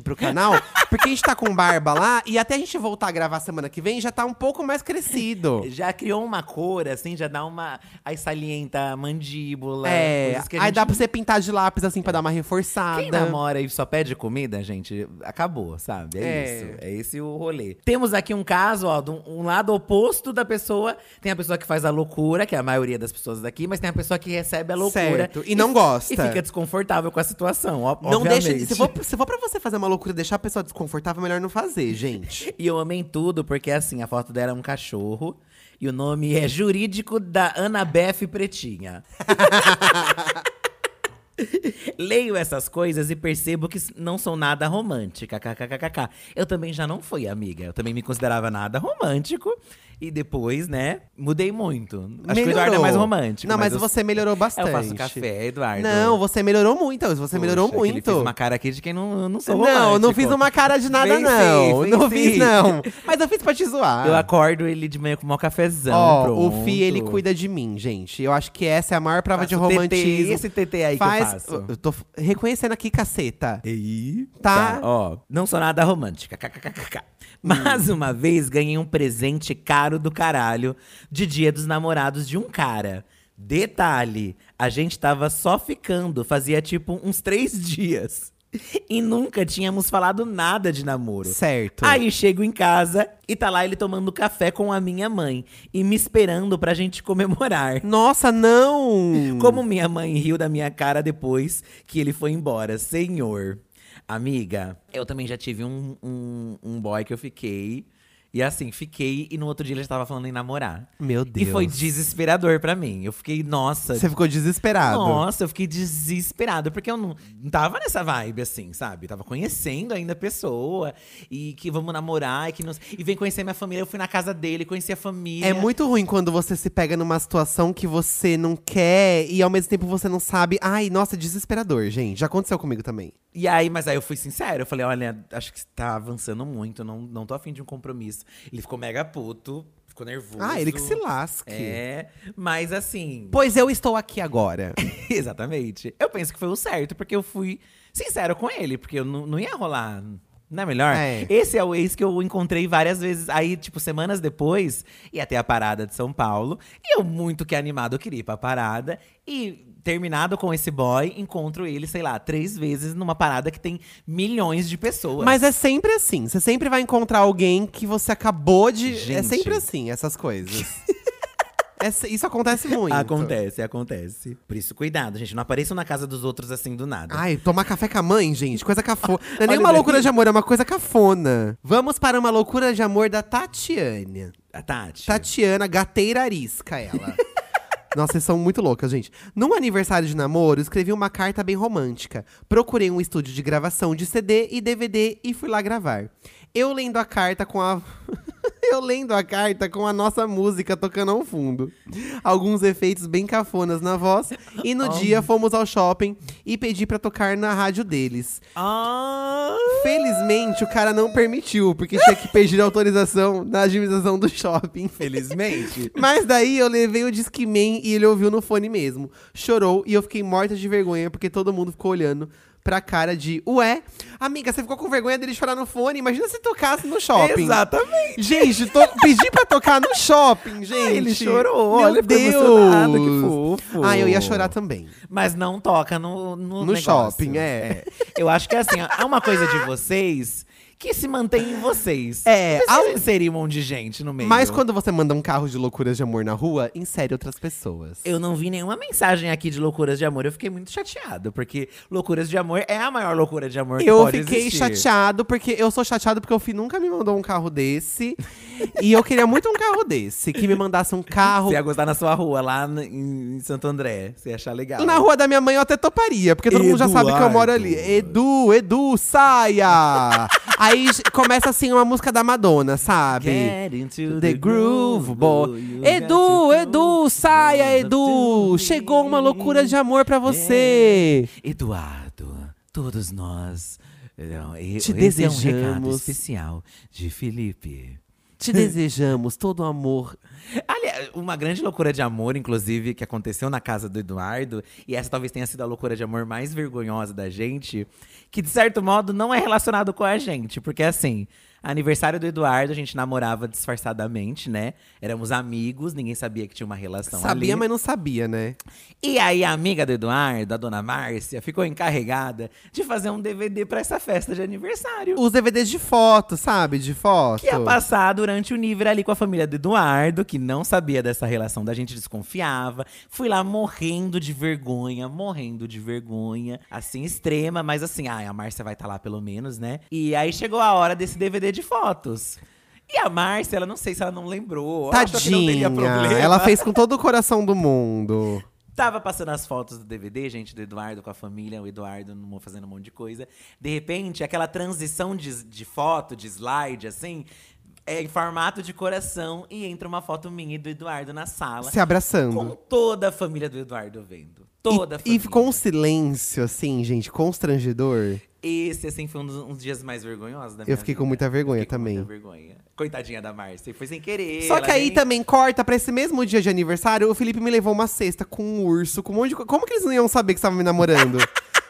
Speaker 2: pro canal, porque a gente tá com barba lá e até a gente voltar a gravar semana que vem já tá um pouco mais crescido.
Speaker 1: Já criou uma cor, assim, já dá uma. Aí salienta a mandíbula.
Speaker 2: É,
Speaker 1: coisas que a
Speaker 2: aí
Speaker 1: gente-
Speaker 2: dá pra você pintar de lápis assim pra dar uma reforçada.
Speaker 1: Quem namora e só pede comida, gente, acabou, sabe? É,
Speaker 2: É.
Speaker 1: isso. É esse o rolê. Temos aqui um caso, ó, de um- um lado oposto da pessoa. Tem a pessoa que faz a loucura, que é a maioria das pessoas daqui, mas tem a pessoa que recebe a é loucura.
Speaker 2: Certo, e não gosta.
Speaker 1: E fica desconfortável com a situação, ó,
Speaker 2: não deixa,
Speaker 1: obviamente.
Speaker 2: se for, se for pra você fazer uma loucura e deixar a pessoa desconfortável, melhor não fazer, gente.
Speaker 1: E eu amei tudo, porque assim, a foto dela é um cachorro. E o nome é Jurídico da Anabef Pretinha. Leio essas coisas e percebo que s- não são nada romântica. kkkk. Eu também já não fui, amiga. Eu também me considerava nada romântico. E depois, né, mudei muito. Acho que o Eduardo é mais romântico.
Speaker 2: Não, mas,
Speaker 1: eu- É,
Speaker 2: você melhorou bastante.
Speaker 1: Eu faço café, Eduardo.
Speaker 2: Não, você melhorou muito, você melhorou
Speaker 1: Poxa, que Ele
Speaker 2: muito.
Speaker 1: fez uma cara aqui de quem não, eu não sou é romântico.
Speaker 2: Não, não fiz uma cara de nada,
Speaker 1: Fez sim,
Speaker 2: não.
Speaker 1: fez
Speaker 2: não
Speaker 1: sim.
Speaker 2: fiz, não. Mas eu fiz pra te zoar.
Speaker 1: Eu acordo ele de manhã com o maior cafezão,
Speaker 2: Ah. Ó,
Speaker 1: pronto.
Speaker 2: o Fi, ele cuida de mim, gente. Eu acho que essa é a maior prova
Speaker 1: Faço
Speaker 2: de
Speaker 1: TT,
Speaker 2: romantismo.
Speaker 1: esse TT aí que eu faço.
Speaker 2: Eu tô f- reconhecendo aqui, caceta.
Speaker 1: Ei,
Speaker 2: Tá.
Speaker 1: Então, Ó, não sou nada romântica. kkkk. Mas
Speaker 2: Hum.
Speaker 1: uma vez ganhei um presente caro do caralho de dia dos namorados de um cara. Detalhe, a gente tava só ficando, fazia tipo uns três dias. E nunca tínhamos falado nada de namoro.
Speaker 2: Certo.
Speaker 1: Aí chego em casa e tá lá ele tomando café com a minha mãe e me esperando pra gente comemorar.
Speaker 2: Nossa, não!
Speaker 1: Como minha mãe riu da minha cara depois que ele foi embora. Senhor. Amiga, eu também já tive um, um, um boy que eu fiquei. E assim, fiquei e no outro dia ele já tava falando em namorar.
Speaker 2: Meu Deus.
Speaker 1: E foi desesperador pra mim. Eu fiquei, nossa.
Speaker 2: Você ficou desesperado.
Speaker 1: Nossa, eu fiquei desesperado, porque eu não, não tava nessa vibe, assim, sabe? Tava conhecendo ainda a pessoa, e que vamos namorar, e que não. E vem conhecer minha família. Eu fui na casa dele, conheci a família.
Speaker 2: É muito ruim quando você se pega numa situação que você não quer e ao mesmo tempo você não sabe. Ai, nossa, é desesperador, gente. Já aconteceu comigo também.
Speaker 1: E aí, mas aí eu fui sincero, eu falei, olha, acho que você tá avançando muito, não, não tô afim de um compromisso. Ele ficou mega puto, ficou nervoso.
Speaker 2: Ah, ele que se lasque.
Speaker 1: É, mas assim,
Speaker 2: Pois eu estou aqui agora.
Speaker 1: exatamente. Eu penso que foi o certo, porque eu fui sincero com ele, porque eu não, não ia rolar. Não é melhor?
Speaker 2: É.
Speaker 1: Esse é o ex que eu encontrei várias vezes. Aí, tipo, semanas depois, ia ter a parada de São Paulo. E eu, muito que animado, eu queria ir pra parada. E, terminado com esse boy, encontro ele, sei lá, três vezes numa parada que tem milhões de pessoas.
Speaker 2: Mas é sempre assim. Você sempre vai encontrar alguém que você acabou de. É
Speaker 1: Gente.
Speaker 2: sempre assim, essas coisas. É se- isso acontece muito.
Speaker 1: Acontece, acontece. Por isso, cuidado, gente. Não apareçam na casa dos outros assim do nada.
Speaker 2: Ai, tomar café com a mãe, gente, coisa cafona. Não é
Speaker 1: Olha
Speaker 2: nem uma
Speaker 1: pra
Speaker 2: loucura
Speaker 1: mim.
Speaker 2: de amor, é uma coisa cafona. Vamos para uma loucura de amor da Tatiane.
Speaker 1: A Tati.
Speaker 2: Tatiana, gateira arisca, ela. Nossa, vocês são muito loucas, gente. Num aniversário de namoro, escrevi uma carta bem romântica. Procurei um estúdio de gravação de CD e DVD e fui lá gravar. Eu lendo a carta com a. Eu lendo a carta com a nossa música tocando
Speaker 1: Oh.
Speaker 2: ao fundo. Alguns efeitos bem cafonas na voz. E no dia fomos ao shopping e pedi pra tocar na rádio deles.
Speaker 1: Ah!
Speaker 2: Felizmente, o cara não permitiu, porque tinha que pedir autorização na administração do shopping.
Speaker 1: Felizmente.
Speaker 2: Mas daí eu levei o Disque Man e ele ouviu no fone mesmo. Chorou e eu fiquei morta de vergonha, porque todo mundo ficou olhando pra cara de Ué, amiga, você ficou com vergonha dele chorar no fone? Imagina se tocasse no shopping.
Speaker 1: Exatamente.
Speaker 2: Gente, to... pedi pra tocar no shopping, gente.
Speaker 1: Ah, ele chorou.
Speaker 2: Meu
Speaker 1: Olha, ficou
Speaker 2: Deus.
Speaker 1: emocionado, que fofo.
Speaker 2: Ah, eu ia chorar também.
Speaker 1: Mas não toca no No,
Speaker 2: No
Speaker 1: negócio.
Speaker 2: shopping, é.
Speaker 1: Eu acho que é assim, ó, é uma coisa de vocês que se mantém em vocês.
Speaker 2: É,
Speaker 1: Vocês
Speaker 2: ao-
Speaker 1: inserir um monte de gente no meio.
Speaker 2: Mas quando você manda um carro de loucuras de amor na rua, insere outras pessoas.
Speaker 1: Eu não vi nenhuma mensagem aqui de loucuras de amor. Eu fiquei muito chateado, porque loucuras de amor é a maior loucura de amor que
Speaker 2: Eu
Speaker 1: pode
Speaker 2: fiquei
Speaker 1: existir.
Speaker 2: chateado, porque eu sou chateado porque o Fih nunca me mandou um carro desse. e eu queria muito um carro desse. Que me mandasse um carro.
Speaker 1: Você é ia gostar na sua rua, lá n- em em Santo André. Você ia achar legal.
Speaker 2: Na rua da minha mãe eu até toparia, porque todo mundo já sabe que eu moro ali. Edu, Edu, saia! Aí j- começa assim uma música da Madonna, sabe?
Speaker 1: Get into
Speaker 2: The Groove, boy.
Speaker 1: you got
Speaker 2: Edu,
Speaker 1: to
Speaker 2: Edu,
Speaker 1: go.
Speaker 2: saia, Edu!
Speaker 1: Don't
Speaker 2: Chegou uma loucura de amor pra você!
Speaker 1: Yeah. Eduardo, todos nós. Não, e-
Speaker 2: Te
Speaker 1: esse É um recado
Speaker 2: desejamos.
Speaker 1: especial de Felipe.
Speaker 2: Te desejamos todo o amor.
Speaker 1: Aliás, uma grande loucura de amor, inclusive, que aconteceu na casa do Eduardo, e essa talvez tenha sido a loucura de amor mais vergonhosa da gente, que de certo modo não é relacionado com a gente, porque assim, aniversário do Eduardo, a gente namorava disfarçadamente, né? Éramos amigos, ninguém sabia que tinha uma relação
Speaker 2: Sabia,
Speaker 1: Então, ali.
Speaker 2: mas não sabia, né?
Speaker 1: E aí, a amiga do Eduardo, a dona Márcia, ficou encarregada de fazer um DVD pra essa festa de aniversário.
Speaker 2: Os DVDs de foto, sabe? De foto.
Speaker 1: Que ia passar durante o nível ali com a família do Eduardo, que não sabia dessa relação da gente, desconfiava. Fui lá morrendo de vergonha, morrendo de vergonha, assim, extrema, mas assim, ai, a Márcia vai estar lá pelo menos, né? E aí chegou a hora desse DVD de fotos. E a Márcia, ela não sei se ela não lembrou. ela achou que não
Speaker 2: Tadinha,
Speaker 1: teria problema.
Speaker 2: ela fez com todo o coração do mundo.
Speaker 1: Tava passando as fotos do DVD, gente, do Eduardo com a família, o Eduardo num- fazendo um monte de coisa. De repente, aquela transição de, de foto, de slide, assim, é em formato de coração e entra uma foto minha e do Eduardo na sala.
Speaker 2: Se
Speaker 1: Com
Speaker 2: abraçando.
Speaker 1: toda a família do Eduardo vendo. Toda a
Speaker 2: e, e
Speaker 1: família.
Speaker 2: ficou um silêncio, assim, gente, constrangedor.
Speaker 1: Esse, assim, foi um dos uns dias mais vergonhosos da minha
Speaker 2: Eu fiquei com
Speaker 1: vida.
Speaker 2: muita vergonha
Speaker 1: Fiquei com
Speaker 2: também.
Speaker 1: muita vergonha. Coitadinha da Márcia, e foi sem querer.
Speaker 2: Só
Speaker 1: ela
Speaker 2: que aí
Speaker 1: nem-
Speaker 2: também corta pra esse mesmo dia de aniversário, o Felipe me levou uma cesta com um urso, com um monte de coisa. Como que eles não iam saber que você tava me namorando?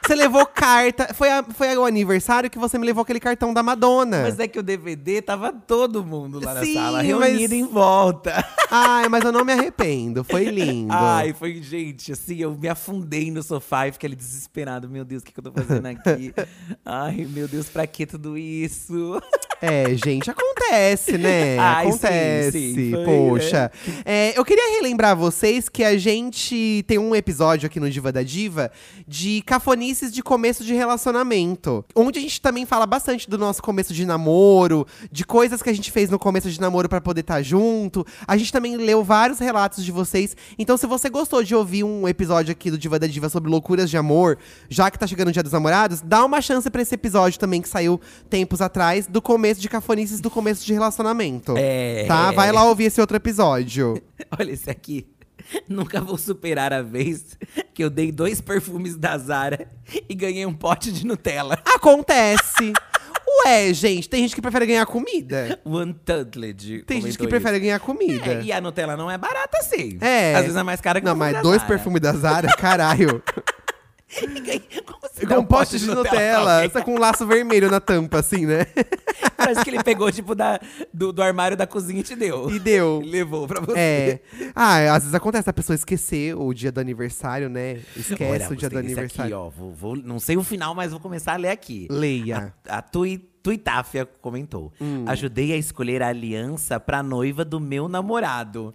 Speaker 2: você levou carta. Foi, a, foi o aniversário que você me levou aquele cartão da Madonna.
Speaker 1: Mas é que o DVD tava todo mundo lá
Speaker 2: Sim,
Speaker 1: na sala,
Speaker 2: mas-
Speaker 1: reunido em volta.
Speaker 2: Ai, mas eu não me arrependo. Foi lindo.
Speaker 1: Ai, foi, gente, assim, eu me afundei no sofá e fiquei ali desesperado. Meu Deus, o que, que eu tô fazendo aqui? Ai, meu Deus, pra que tudo isso?
Speaker 2: É, gente, acontece, né?
Speaker 1: Ai, sim,
Speaker 2: acontece.
Speaker 1: sim, foi,
Speaker 2: Poxa. É, eu queria relembrar vocês que a gente tem um episódio aqui no Diva da Diva de cafonices de começo de relacionamento. Onde a gente também fala bastante do nosso começo de namoro, de coisas que a gente fez no começo de namoro pra poder estar junto. A gente também leu vários relatos de vocês. Então, se você gostou de ouvir um episódio aqui do Diva da Diva sobre loucuras de amor, já que tá chegando o Dia dos Namorados, dá uma chance pra esse episódio também que saiu tempos atrás, do começo de cafonices do começo de relacionamento.
Speaker 1: É.
Speaker 2: Tá? Vai lá ouvir esse outro episódio.
Speaker 1: Olha esse aqui. Nunca vou superar a vez que eu dei dois perfumes da Zara e ganhei um pote de Nutella.
Speaker 2: Acontece. Ué, gente, tem gente que prefere ganhar comida.
Speaker 1: One Tuttled.
Speaker 2: Tem gente que prefere ganhar comida.
Speaker 1: É, e a Nutella não é barata, assim.
Speaker 2: É.
Speaker 1: Às vezes é mais cara que
Speaker 2: Não,
Speaker 1: perfume da
Speaker 2: mas dois
Speaker 1: Zara.
Speaker 2: perfumes da Zara, caralho.
Speaker 1: E ganhei- Como você dá
Speaker 2: com um pote de Nutella, só com um laço vermelho na tampa, assim, né?
Speaker 1: Parece que ele pegou, tipo, da, do, do armário da cozinha e te deu.
Speaker 2: E deu.
Speaker 1: E levou pra você.
Speaker 2: É. Ah, às vezes acontece a pessoa esquecer o dia do aniversário, né? Esquece
Speaker 1: Olha,
Speaker 2: o dia do
Speaker 1: tem esse
Speaker 2: aniversário.
Speaker 1: Aqui, ó, vou, vou- não sei o final, mas vou começar a ler aqui.
Speaker 2: Leia. Hum.
Speaker 1: A, a Tui, Tuitáfia comentou: Ajudei a escolher a aliança pra noiva do meu namorado.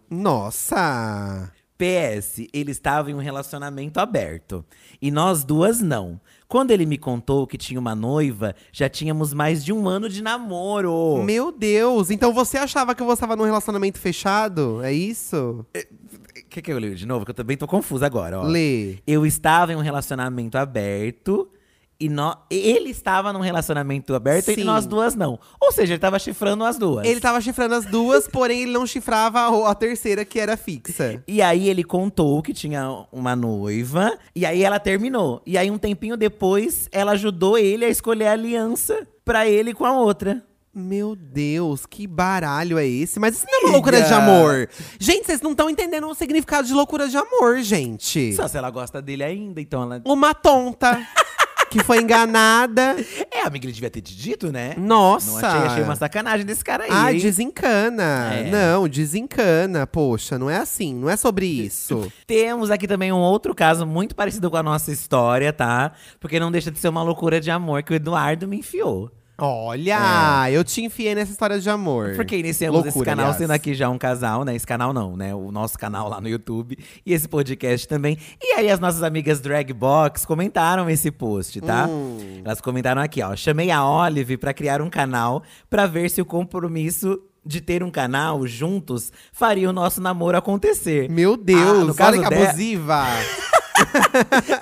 Speaker 2: Nossa!
Speaker 1: PS, ele estava em um relacionamento aberto. E nós duas não. Quando ele me contou que tinha uma noiva, já tínhamos mais de um ano de namoro.
Speaker 2: Meu Deus! Então você achava que eu estava num relacionamento fechado? É isso?
Speaker 1: Quer que eu leio de novo? Que eu também tô confusa agora, ó.
Speaker 2: Lê.
Speaker 1: Eu estava em um relacionamento aberto E nó- ele estava num relacionamento aberto e
Speaker 2: Sim.
Speaker 1: nós duas não. Ou seja, ele tava chifrando as duas.
Speaker 2: Ele tava chifrando as duas, porém ele não chifrava a o- a terceira, que era fixa.
Speaker 1: E aí ele contou que tinha uma noiva, e aí ela terminou. E aí um tempinho depois, ela ajudou ele a escolher a aliança pra ele com a outra.
Speaker 2: Meu Deus, que baralho é esse? Mas isso não é uma
Speaker 1: Amiga.
Speaker 2: loucura de amor. Gente, vocês não estão entendendo o significado de loucura de amor, gente.
Speaker 1: Só se ela gosta dele ainda, então ela…
Speaker 2: Uma tonta que foi enganada.
Speaker 1: É, amiga, ele devia ter te dito, né?
Speaker 2: Nossa.
Speaker 1: Não achei, achei uma sacanagem desse cara aí,
Speaker 2: Ah,
Speaker 1: hein?
Speaker 2: desencana.
Speaker 1: É.
Speaker 2: Não, desencana. Poxa, não é assim, não é sobre isso.
Speaker 1: Temos aqui também um outro caso muito parecido com a nossa história, tá? Porque não deixa de ser uma loucura de amor que o Eduardo me enfiou.
Speaker 2: Olha, eu te enfiei nessa história de amor.
Speaker 1: Porque É. iniciamos esse
Speaker 2: Loucura,
Speaker 1: canal
Speaker 2: aliás.
Speaker 1: sendo aqui já um casal, né? Esse canal não, né? O nosso canal lá no YouTube e esse podcast também. E aí as nossas amigas Dragbox comentaram esse post, tá?
Speaker 2: Hum.
Speaker 1: Elas comentaram aqui, ó. Chamei a Olive pra criar um canal pra ver se o compromisso de ter um canal juntos faria o nosso namoro acontecer.
Speaker 2: Meu
Speaker 1: Ah,
Speaker 2: Deus,
Speaker 1: no
Speaker 2: olha
Speaker 1: caso
Speaker 2: que
Speaker 1: dela-
Speaker 2: abusiva.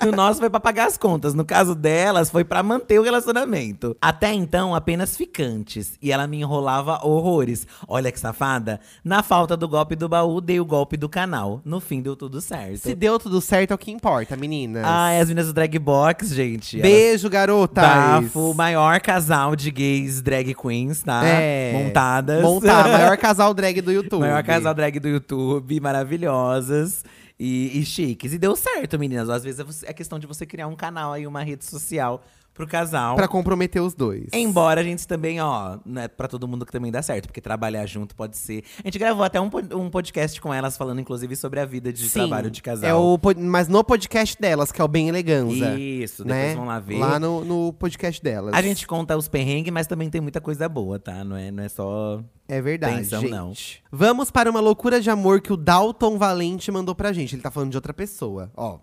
Speaker 1: No nosso foi pra pagar as contas. No caso delas, foi pra manter o relacionamento. Até então, apenas ficantes. E ela me enrolava horrores. Olha que safada. Na falta do golpe do baú, dei o golpe do canal. No fim, deu tudo certo.
Speaker 2: Se deu tudo certo, é o que importa, meninas.
Speaker 1: Ai, as meninas do Drag Box, gente. elas-
Speaker 2: Beijo, garotas.
Speaker 1: Bafo, o maior casal de gays drag queens, tá?
Speaker 2: É.
Speaker 1: Montadas.
Speaker 2: Montar, tá, maior casal drag do YouTube.
Speaker 1: Maior casal drag do YouTube, maravilhosas e, e chiques. E deu certo, meninas. Às vezes é você- é questão de você criar um canal aí, uma rede social pro casal.
Speaker 2: Pra comprometer os dois.
Speaker 1: Embora a gente também, ó, né, pra todo mundo que também dá certo, porque trabalhar junto pode ser. A gente gravou até um, pod- um podcast com elas falando, inclusive, sobre a vida de
Speaker 2: Sim,
Speaker 1: trabalho de casal.
Speaker 2: É o, pod- mas no podcast delas, que é o Bem Eleganza.
Speaker 1: Isso, depois
Speaker 2: né?
Speaker 1: vão lá ver.
Speaker 2: Lá no, no podcast delas.
Speaker 1: A gente conta os perrengues, mas também tem muita coisa boa, tá? Não é, não é só.
Speaker 2: É verdade,
Speaker 1: Tensão,
Speaker 2: gente.
Speaker 1: não.
Speaker 2: Vamos para uma loucura de amor que o Dalton Valente mandou pra gente. Ele tá falando de outra pessoa, ó.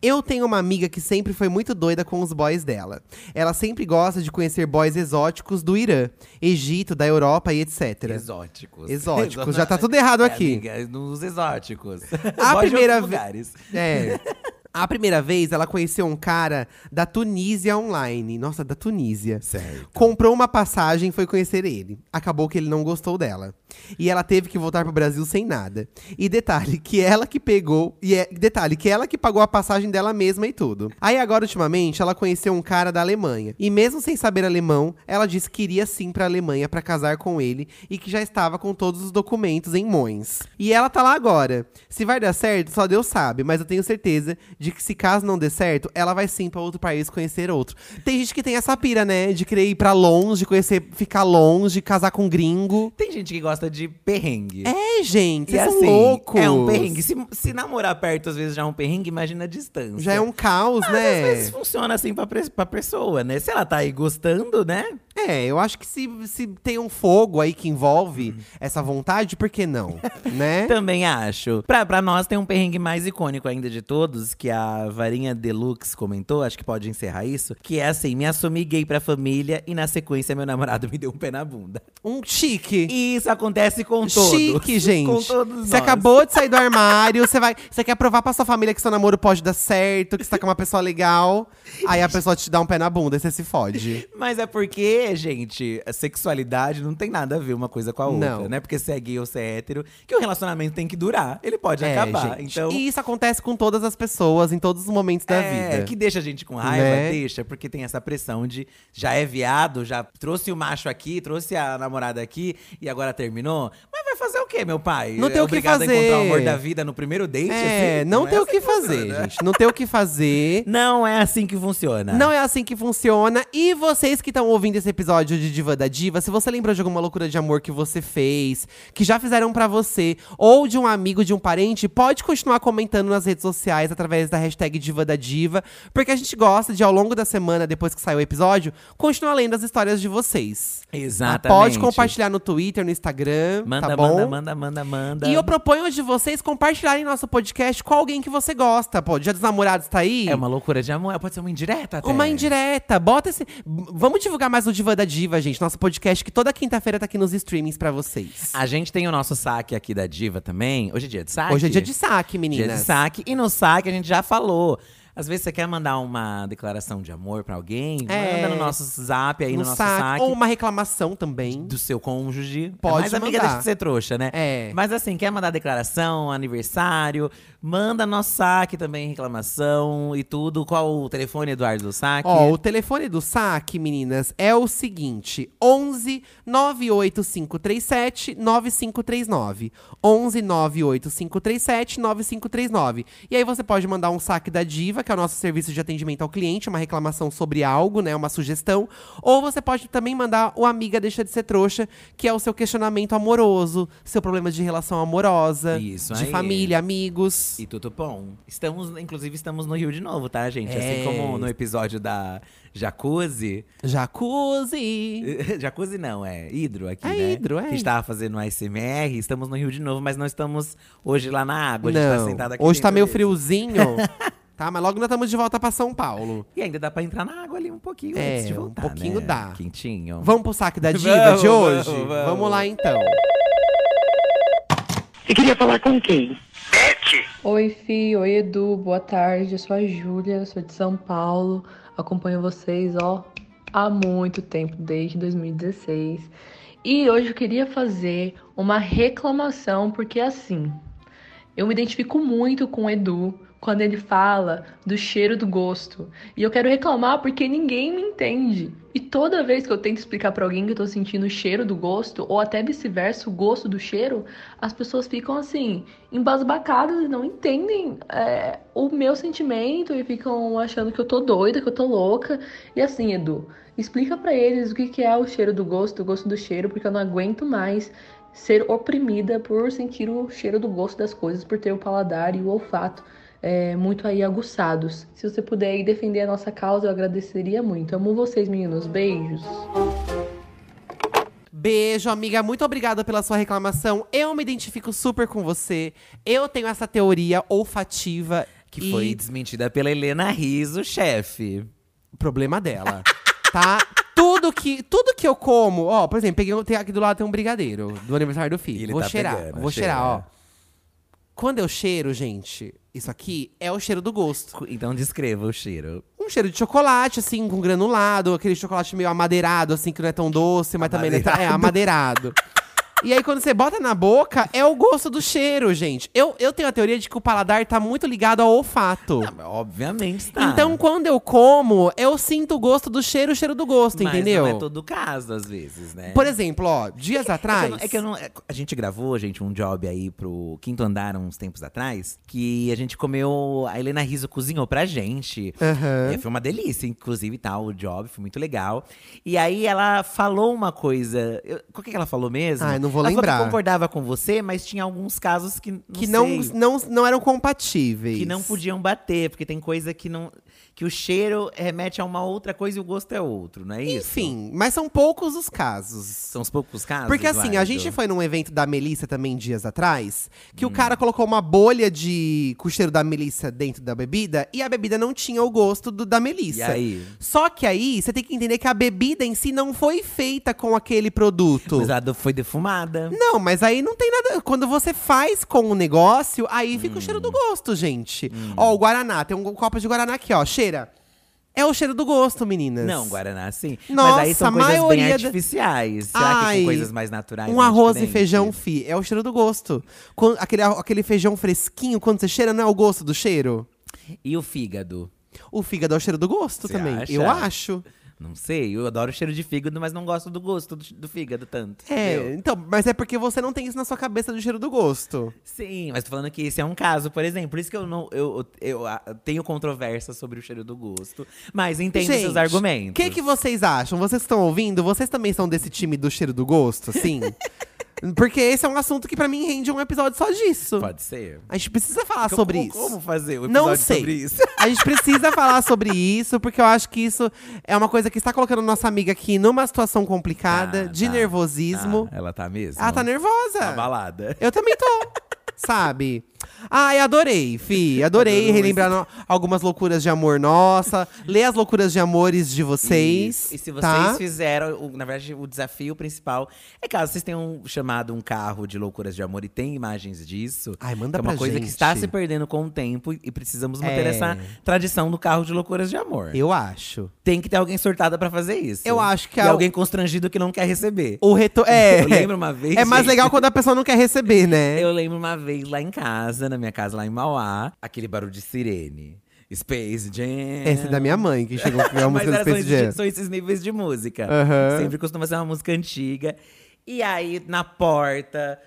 Speaker 2: Eu tenho uma amiga que sempre foi muito doida com os boys dela. Ela sempre gosta de conhecer boys exóticos do Irã, Egito, da Europa e etc.
Speaker 1: Exóticos.
Speaker 2: Exóticos, já tá tudo errado
Speaker 1: É,
Speaker 2: aqui.
Speaker 1: amiga, nos exóticos.
Speaker 2: A
Speaker 1: Voz de
Speaker 2: primeira
Speaker 1: outros
Speaker 2: ve-
Speaker 1: lugares.
Speaker 2: É. A primeira vez, ela conheceu um cara da Tunísia online. Nossa, da Tunísia.
Speaker 1: Certo.
Speaker 2: Comprou uma passagem e foi conhecer ele. Acabou que ele não gostou dela. E ela teve que voltar pro Brasil sem nada. E detalhe que ela que pegou, e é- detalhe que ela que pagou a passagem dela mesma e tudo. Aí agora ultimamente ela conheceu um cara da Alemanha. E mesmo sem saber alemão, ela disse que iria sim pra Alemanha pra casar com ele e que já estava com todos os documentos em Mões. E ela tá lá agora. Se vai dar certo, só Deus sabe, mas eu tenho certeza de que se caso não dê certo, ela vai sim pra outro país conhecer outro. Tem gente que tem essa pira, né, de querer ir pra longe, conhecer, ficar longe, casar com gringo.
Speaker 1: Tem gente que gosta de perrengue.
Speaker 2: É, gente,
Speaker 1: E
Speaker 2: vocês
Speaker 1: assim,
Speaker 2: são loucos.
Speaker 1: é um perrengue. Se, se namorar perto, às vezes já é um perrengue, imagina a distância.
Speaker 2: Já é um caos,
Speaker 1: Mas às
Speaker 2: né?
Speaker 1: vezes funciona assim pra, pres- pra pessoa, né? Se ela tá aí gostando, né?
Speaker 2: É, eu acho que se, se tem um fogo aí que
Speaker 1: Uhum.
Speaker 2: envolve essa vontade, por que não? né?
Speaker 1: Também acho. Pra, pra nós tem um perrengue mais icônico ainda de todos, que a Varinha Deluxe comentou, acho que pode encerrar isso, que é assim, me assumi gay pra família e na sequência meu namorado me deu um pé na bunda.
Speaker 2: Um chique.
Speaker 1: E isso acontece com todos.
Speaker 2: Chique, gente.
Speaker 1: com todos nós.
Speaker 2: você acabou de sair do armário, você vai, você quer provar pra sua família que seu namoro pode dar certo, que você tá com uma pessoa legal. Aí a pessoa te dá um pé na bunda e você se fode.
Speaker 1: Mas é porque, gente, a sexualidade não tem nada a ver uma coisa com a outra,
Speaker 2: Não.
Speaker 1: né? Porque se é gay ou se é hétero, que o relacionamento tem que durar. Ele pode
Speaker 2: É,
Speaker 1: acabar.
Speaker 2: gente.
Speaker 1: Então,
Speaker 2: E isso acontece com todas as pessoas, em todos os momentos da
Speaker 1: é,
Speaker 2: vida.
Speaker 1: que deixa a gente com raiva,
Speaker 2: Né?
Speaker 1: deixa, porque tem essa pressão de já é viado, já trouxe o macho aqui, trouxe a namorada aqui e agora terminou. Mas vai fazer o quê, meu pai?
Speaker 2: Não
Speaker 1: É
Speaker 2: tem o que
Speaker 1: obrigado a encontrar o
Speaker 2: fazer.
Speaker 1: amor da vida no primeiro date?
Speaker 2: É,
Speaker 1: assim?
Speaker 2: não, tem
Speaker 1: é
Speaker 2: o que
Speaker 1: assim funciona,
Speaker 2: fazer,
Speaker 1: né?
Speaker 2: gente. Não tem o que fazer.
Speaker 1: Não é assim que funciona.
Speaker 2: Não é assim que funciona. E vocês que estão ouvindo esse episódio de Diva da Diva, se você lembrou de alguma loucura de amor que você fez, que já fizeram pra você, ou de um amigo, de um parente, pode continuar comentando nas redes sociais através da hashtag Diva da Diva, porque a gente gosta de, ao longo da semana, depois que sair o episódio, continuar lendo as histórias de vocês. Tá?
Speaker 1: Exatamente.
Speaker 2: Ah, Pode compartilhar no Twitter, no Instagram,
Speaker 1: Manda,
Speaker 2: tá bom?
Speaker 1: manda, manda, manda, manda.
Speaker 2: E eu proponho hoje vocês compartilharem nosso podcast com alguém que você gosta. Pô, Dia dos Namorados tá aí?
Speaker 1: É uma loucura de amor, pode ser uma indireta até.
Speaker 2: Uma indireta. Bota esse. Vamos divulgar mais o Diva da Diva, gente. Nosso podcast que toda quinta-feira tá aqui nos streamings pra vocês.
Speaker 1: A gente tem o nosso saque aqui da Diva também. Hoje é dia de saque?
Speaker 2: Hoje é dia de saque, meninas.
Speaker 1: Dia de saque. E no saque a gente já falou. Às vezes você quer mandar uma declaração de amor pra alguém,
Speaker 2: É.
Speaker 1: manda no nosso zap aí, no,
Speaker 2: no
Speaker 1: nosso
Speaker 2: saque,
Speaker 1: saque.
Speaker 2: Ou uma reclamação também.
Speaker 1: Do seu cônjuge.
Speaker 2: Pode
Speaker 1: é mais amiga
Speaker 2: mandar.
Speaker 1: deixa de ser trouxa, né?
Speaker 2: É.
Speaker 1: Mas assim, quer mandar declaração, aniversário, manda nosso saque também, reclamação e tudo. Qual o telefone, Eduardo, do saque?
Speaker 2: Ó, o telefone do saque, meninas, é o seguinte: 11 98537 9539. 11 98537 9539. E aí você pode mandar um saque da Diva, que é o nosso serviço de atendimento ao cliente, uma reclamação sobre algo, né, uma sugestão, ou você pode também mandar o amiga deixa de ser trouxa, que é o seu questionamento amoroso, seu problema de relação amorosa,
Speaker 1: Isso
Speaker 2: de
Speaker 1: aí.
Speaker 2: família, amigos.
Speaker 1: E tudo bom. Estamos, inclusive, estamos no Rio de novo, tá, gente?
Speaker 2: É.
Speaker 1: Assim como no episódio da Jacuzzi.
Speaker 2: Jacuzzi.
Speaker 1: Jacuzzi não, é hidro aqui,
Speaker 2: É
Speaker 1: né?
Speaker 2: hidro, é.
Speaker 1: Que a gente tava fazendo a SMR, estamos no Rio de novo, mas não estamos hoje lá na água. a gente tá
Speaker 2: Não,
Speaker 1: sentado aqui
Speaker 2: hoje tá
Speaker 1: dentro
Speaker 2: meio
Speaker 1: dele.
Speaker 2: friozinho, tá? Mas logo nós estamos de volta pra São Paulo.
Speaker 1: E ainda dá pra entrar na água ali um pouquinho
Speaker 2: É,
Speaker 1: antes de
Speaker 2: um
Speaker 1: voltar,
Speaker 2: pouquinho
Speaker 1: né?
Speaker 2: dá.
Speaker 1: Quentinho.
Speaker 2: Vamos pro saque da diva
Speaker 1: Vamos,
Speaker 2: de hoje?
Speaker 1: vamos,
Speaker 2: Vamos,
Speaker 1: vamos.
Speaker 2: lá então.
Speaker 3: Você queria falar com quem?
Speaker 4: Oi, Fi, oi, Edu, boa tarde. Eu sou a Júlia, sou de São Paulo. Acompanho vocês, ó, há muito tempo, desde 2016. E hoje eu queria fazer uma reclamação, porque assim, eu me identifico muito com o Edu quando ele fala do cheiro do gosto. E eu quero reclamar porque ninguém me entende. E toda vez que eu tento explicar pra alguém que eu tô sentindo o cheiro do gosto, ou até vice-versa, o gosto do cheiro, as pessoas ficam assim, embasbacadas e não entendem é, o meu sentimento e ficam achando que eu tô doida, que eu tô louca. E assim, Edu, explica pra eles o que, que é o cheiro do gosto, o gosto do cheiro, porque eu não aguento mais ser oprimida por sentir o cheiro do gosto das coisas, por ter o paladar e o olfato é, muito aí aguçados. Se você puder aí defender a nossa causa, eu agradeceria muito. Amo vocês, meninos. Beijos.
Speaker 2: Beijo, amiga. Muito obrigada pela sua reclamação. Eu me identifico super com você. Eu tenho essa teoria olfativa
Speaker 1: Que
Speaker 2: e
Speaker 1: foi desmentida pela Helena Riso, chefe.
Speaker 2: problema dela, tá? Tudo que, tudo que eu como, ó, por exemplo, peguei, um- tem aqui do lado tem um brigadeiro do aniversário do
Speaker 1: E
Speaker 2: filho.
Speaker 1: ele
Speaker 2: Vou
Speaker 1: tá
Speaker 2: cheirar,
Speaker 1: pegando,
Speaker 2: vou cheirar,
Speaker 1: cheira.
Speaker 2: ó. Quando eu cheiro, gente, isso aqui é o cheiro do gosto.
Speaker 1: Então descreva o cheiro.
Speaker 2: Um cheiro de chocolate, assim, com granulado, aquele chocolate meio amadeirado, assim, que não é tão doce, mas também não é, tão, é amadeirado. E aí, quando você bota na boca, é o gosto do cheiro, gente. Eu, eu tenho a teoria de que o paladar tá muito ligado ao olfato.
Speaker 1: Ah, mas Obviamente tá. está.
Speaker 2: Então, quando eu como, eu sinto o gosto do cheiro, o cheiro do gosto,
Speaker 1: Mas
Speaker 2: entendeu?
Speaker 1: não é todo caso, às vezes, né?
Speaker 2: Por exemplo, ó, dias
Speaker 1: É que eu
Speaker 2: atrás.
Speaker 1: não- É que eu não. é- A gente gravou, gente, um job aí pro quinto andar uns tempos atrás, que a gente comeu. A Helena Riso cozinhou pra gente.
Speaker 2: Aham.
Speaker 1: É, foi uma delícia, inclusive, tal, o job, foi muito legal. E aí ela falou uma coisa. eu- qual que, que ela falou mesmo?
Speaker 2: Ah, eu não vou
Speaker 1: ela Falou
Speaker 2: lembrar.
Speaker 1: que concordava com você, mas tinha alguns casos que não.
Speaker 2: que não,
Speaker 1: sei,
Speaker 2: não, não eram compatíveis.
Speaker 1: que não podiam bater, porque tem coisa que não. que o cheiro remete a uma outra coisa e o gosto é outro, não é isso?
Speaker 2: Enfim, mas são poucos os casos.
Speaker 1: São os poucos casos.
Speaker 2: Porque assim, a
Speaker 1: Eduardo?
Speaker 2: gente foi num evento da Melissa também dias atrás, que
Speaker 1: Hum.
Speaker 2: o cara colocou uma bolha de com o cheiro da Melissa dentro da bebida e a bebida não tinha o gosto do, da Melissa.
Speaker 1: E aí?
Speaker 2: Só que aí você tem que entender que a bebida em si não foi feita com aquele produto.
Speaker 1: Mas ela foi defumada.
Speaker 2: Não, mas aí não tem nada. Quando você faz com o negócio, aí fica o
Speaker 1: Hum.
Speaker 2: cheiro do gosto, gente. Ó, o Guaraná, tem um copo de Guaraná aqui, ó. Cheira. É o cheiro do gosto, meninas.
Speaker 1: Não, Guaraná sim. Mas
Speaker 2: Nossa,
Speaker 1: aí são
Speaker 2: a
Speaker 1: coisas bem
Speaker 2: maioria da-
Speaker 1: artificiais. Será que
Speaker 2: Ai,
Speaker 1: com coisas mais naturais?
Speaker 2: Um
Speaker 1: não é
Speaker 2: arroz e
Speaker 1: diferente?
Speaker 2: feijão, fi, é o cheiro do gosto. Quan- aquele, arro- aquele feijão fresquinho, quando você cheira, não é o gosto do cheiro?
Speaker 1: E o fígado?
Speaker 2: O fígado é o cheiro do gosto
Speaker 1: Você
Speaker 2: também.
Speaker 1: acha?
Speaker 2: Eu acho.
Speaker 1: Não sei, eu adoro o cheiro de fígado, mas não gosto do gosto do, do fígado tanto.
Speaker 2: É,
Speaker 1: entendeu?
Speaker 2: então, mas é porque você não tem isso na sua cabeça do cheiro do gosto.
Speaker 1: Sim, mas tô falando que esse é um caso, por exemplo. Por isso que eu não. Eu, eu, ah, tenho controvérsia sobre o cheiro do gosto. Mas entendo
Speaker 2: Gente,
Speaker 1: seus argumentos.
Speaker 2: O que, que vocês acham? Vocês que estão ouvindo? Vocês também são desse time do cheiro do gosto, assim? porque esse é um assunto que pra mim rende um episódio só disso.
Speaker 1: Pode ser.
Speaker 2: A gente precisa falar
Speaker 1: Como-
Speaker 2: sobre
Speaker 1: como,
Speaker 2: isso.
Speaker 1: Como fazer o episódio
Speaker 2: Não sei.
Speaker 1: sobre isso?
Speaker 2: A gente precisa falar sobre isso, porque eu acho que isso é uma coisa que está colocando nossa amiga aqui numa situação complicada,
Speaker 1: Tá,
Speaker 2: de
Speaker 1: tá,
Speaker 2: nervosismo.
Speaker 1: Ah, ela tá mesmo?
Speaker 2: Ela tá
Speaker 1: Tá
Speaker 2: nervosa.
Speaker 1: Abalada.
Speaker 2: eu também tô, sabe? Ai, adorei,
Speaker 1: Tá
Speaker 2: Fi. Adorei
Speaker 1: Adoro
Speaker 2: relembrar no- algumas loucuras de amor nossa. ler as loucuras de amores de vocês.
Speaker 1: Isso. E se vocês
Speaker 2: tá?
Speaker 1: fizeram, o- na verdade, o desafio principal é caso vocês tenham chamado um carro de loucuras de amor e tem imagens disso.
Speaker 2: Ai, manda
Speaker 1: que é uma
Speaker 2: pra
Speaker 1: coisa
Speaker 2: gente.
Speaker 1: que está se perdendo com o tempo e e precisamos manter
Speaker 2: É.
Speaker 1: essa tradição do carro de loucuras de amor.
Speaker 2: Eu acho.
Speaker 1: Tem que ter alguém sortada pra fazer isso.
Speaker 2: Eu acho que
Speaker 1: e
Speaker 2: a-
Speaker 1: alguém constrangido que não quer receber.
Speaker 2: O retorno. É.
Speaker 1: Eu lembro uma vez.
Speaker 2: É mais
Speaker 1: gente,
Speaker 2: legal quando a pessoa não quer receber, né?
Speaker 1: Eu lembro uma vez lá em casa, na minha casa lá em Mauá, aquele barulho de sirene. Space Jam.
Speaker 2: Essa é da minha mãe, que chegou com a
Speaker 1: Mas
Speaker 2: música do
Speaker 1: era, são,
Speaker 2: Space Jam.
Speaker 1: esses, são esses níveis de música.
Speaker 2: Aham.
Speaker 1: Sempre costuma ser uma música antiga. E aí, na porta,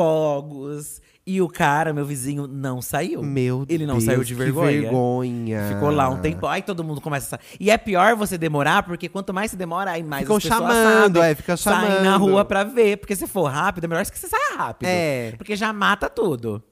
Speaker 1: fogos. E o cara, meu vizinho, não saiu.
Speaker 2: Meu
Speaker 1: Tipo, Ele não
Speaker 2: Deus,
Speaker 1: saiu de vergonha.
Speaker 2: Que vergonha.
Speaker 1: Ficou lá um tempo. Aí todo mundo começa a. sa- E é pior você demorar, porque quanto mais você demora, aí mais
Speaker 2: Ficam
Speaker 1: as pessoas
Speaker 2: chamando,
Speaker 1: sabem,
Speaker 2: é, fica
Speaker 1: Saem na
Speaker 2: chamando.
Speaker 1: rua pra ver. Porque se for rápido, é melhor que você saia rápido.
Speaker 2: É.
Speaker 1: Porque já mata tudo.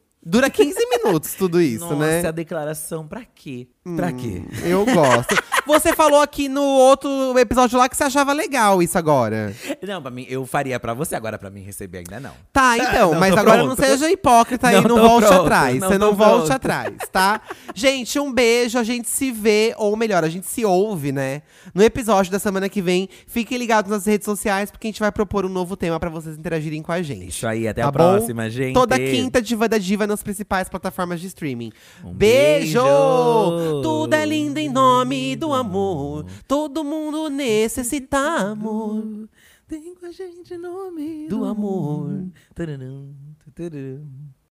Speaker 2: Dura 15 minutos tudo isso,
Speaker 1: Nossa,
Speaker 2: né? Hum.
Speaker 1: a declaração pra quê? Pra quê?
Speaker 2: Eu gosto. Você falou aqui no outro episódio lá que você achava legal isso agora.
Speaker 1: Não, pra mim, eu faria pra você, agora pra mim receber ainda não.
Speaker 2: Tá, então,
Speaker 1: Não,
Speaker 2: mas
Speaker 1: tô
Speaker 2: agora
Speaker 1: pronto.
Speaker 2: não seja hipócrita
Speaker 1: Não
Speaker 2: e não
Speaker 1: tô
Speaker 2: volte
Speaker 1: pronto,
Speaker 2: atrás.
Speaker 1: não
Speaker 2: Você
Speaker 1: tô
Speaker 2: não volte
Speaker 1: pronto.
Speaker 2: atrás, tá? gente, um beijo, a gente se vê, ou melhor, a gente se ouve, né? No episódio da semana que vem. Fiquem ligados nas redes sociais, porque a gente vai propor um novo tema pra vocês interagirem com a gente.
Speaker 1: Isso aí, até
Speaker 2: Tá
Speaker 1: a
Speaker 2: bom?
Speaker 1: próxima, gente.
Speaker 2: Toda quinta, Diva da Diva nas principais plataformas de streaming.
Speaker 1: Um
Speaker 2: beijo!
Speaker 1: beijo!
Speaker 2: Tudo é lindo em nome do amor. Todo mundo necessitamos.
Speaker 1: Tem com a gente nome
Speaker 2: Do amor.
Speaker 1: Tararam, tararam.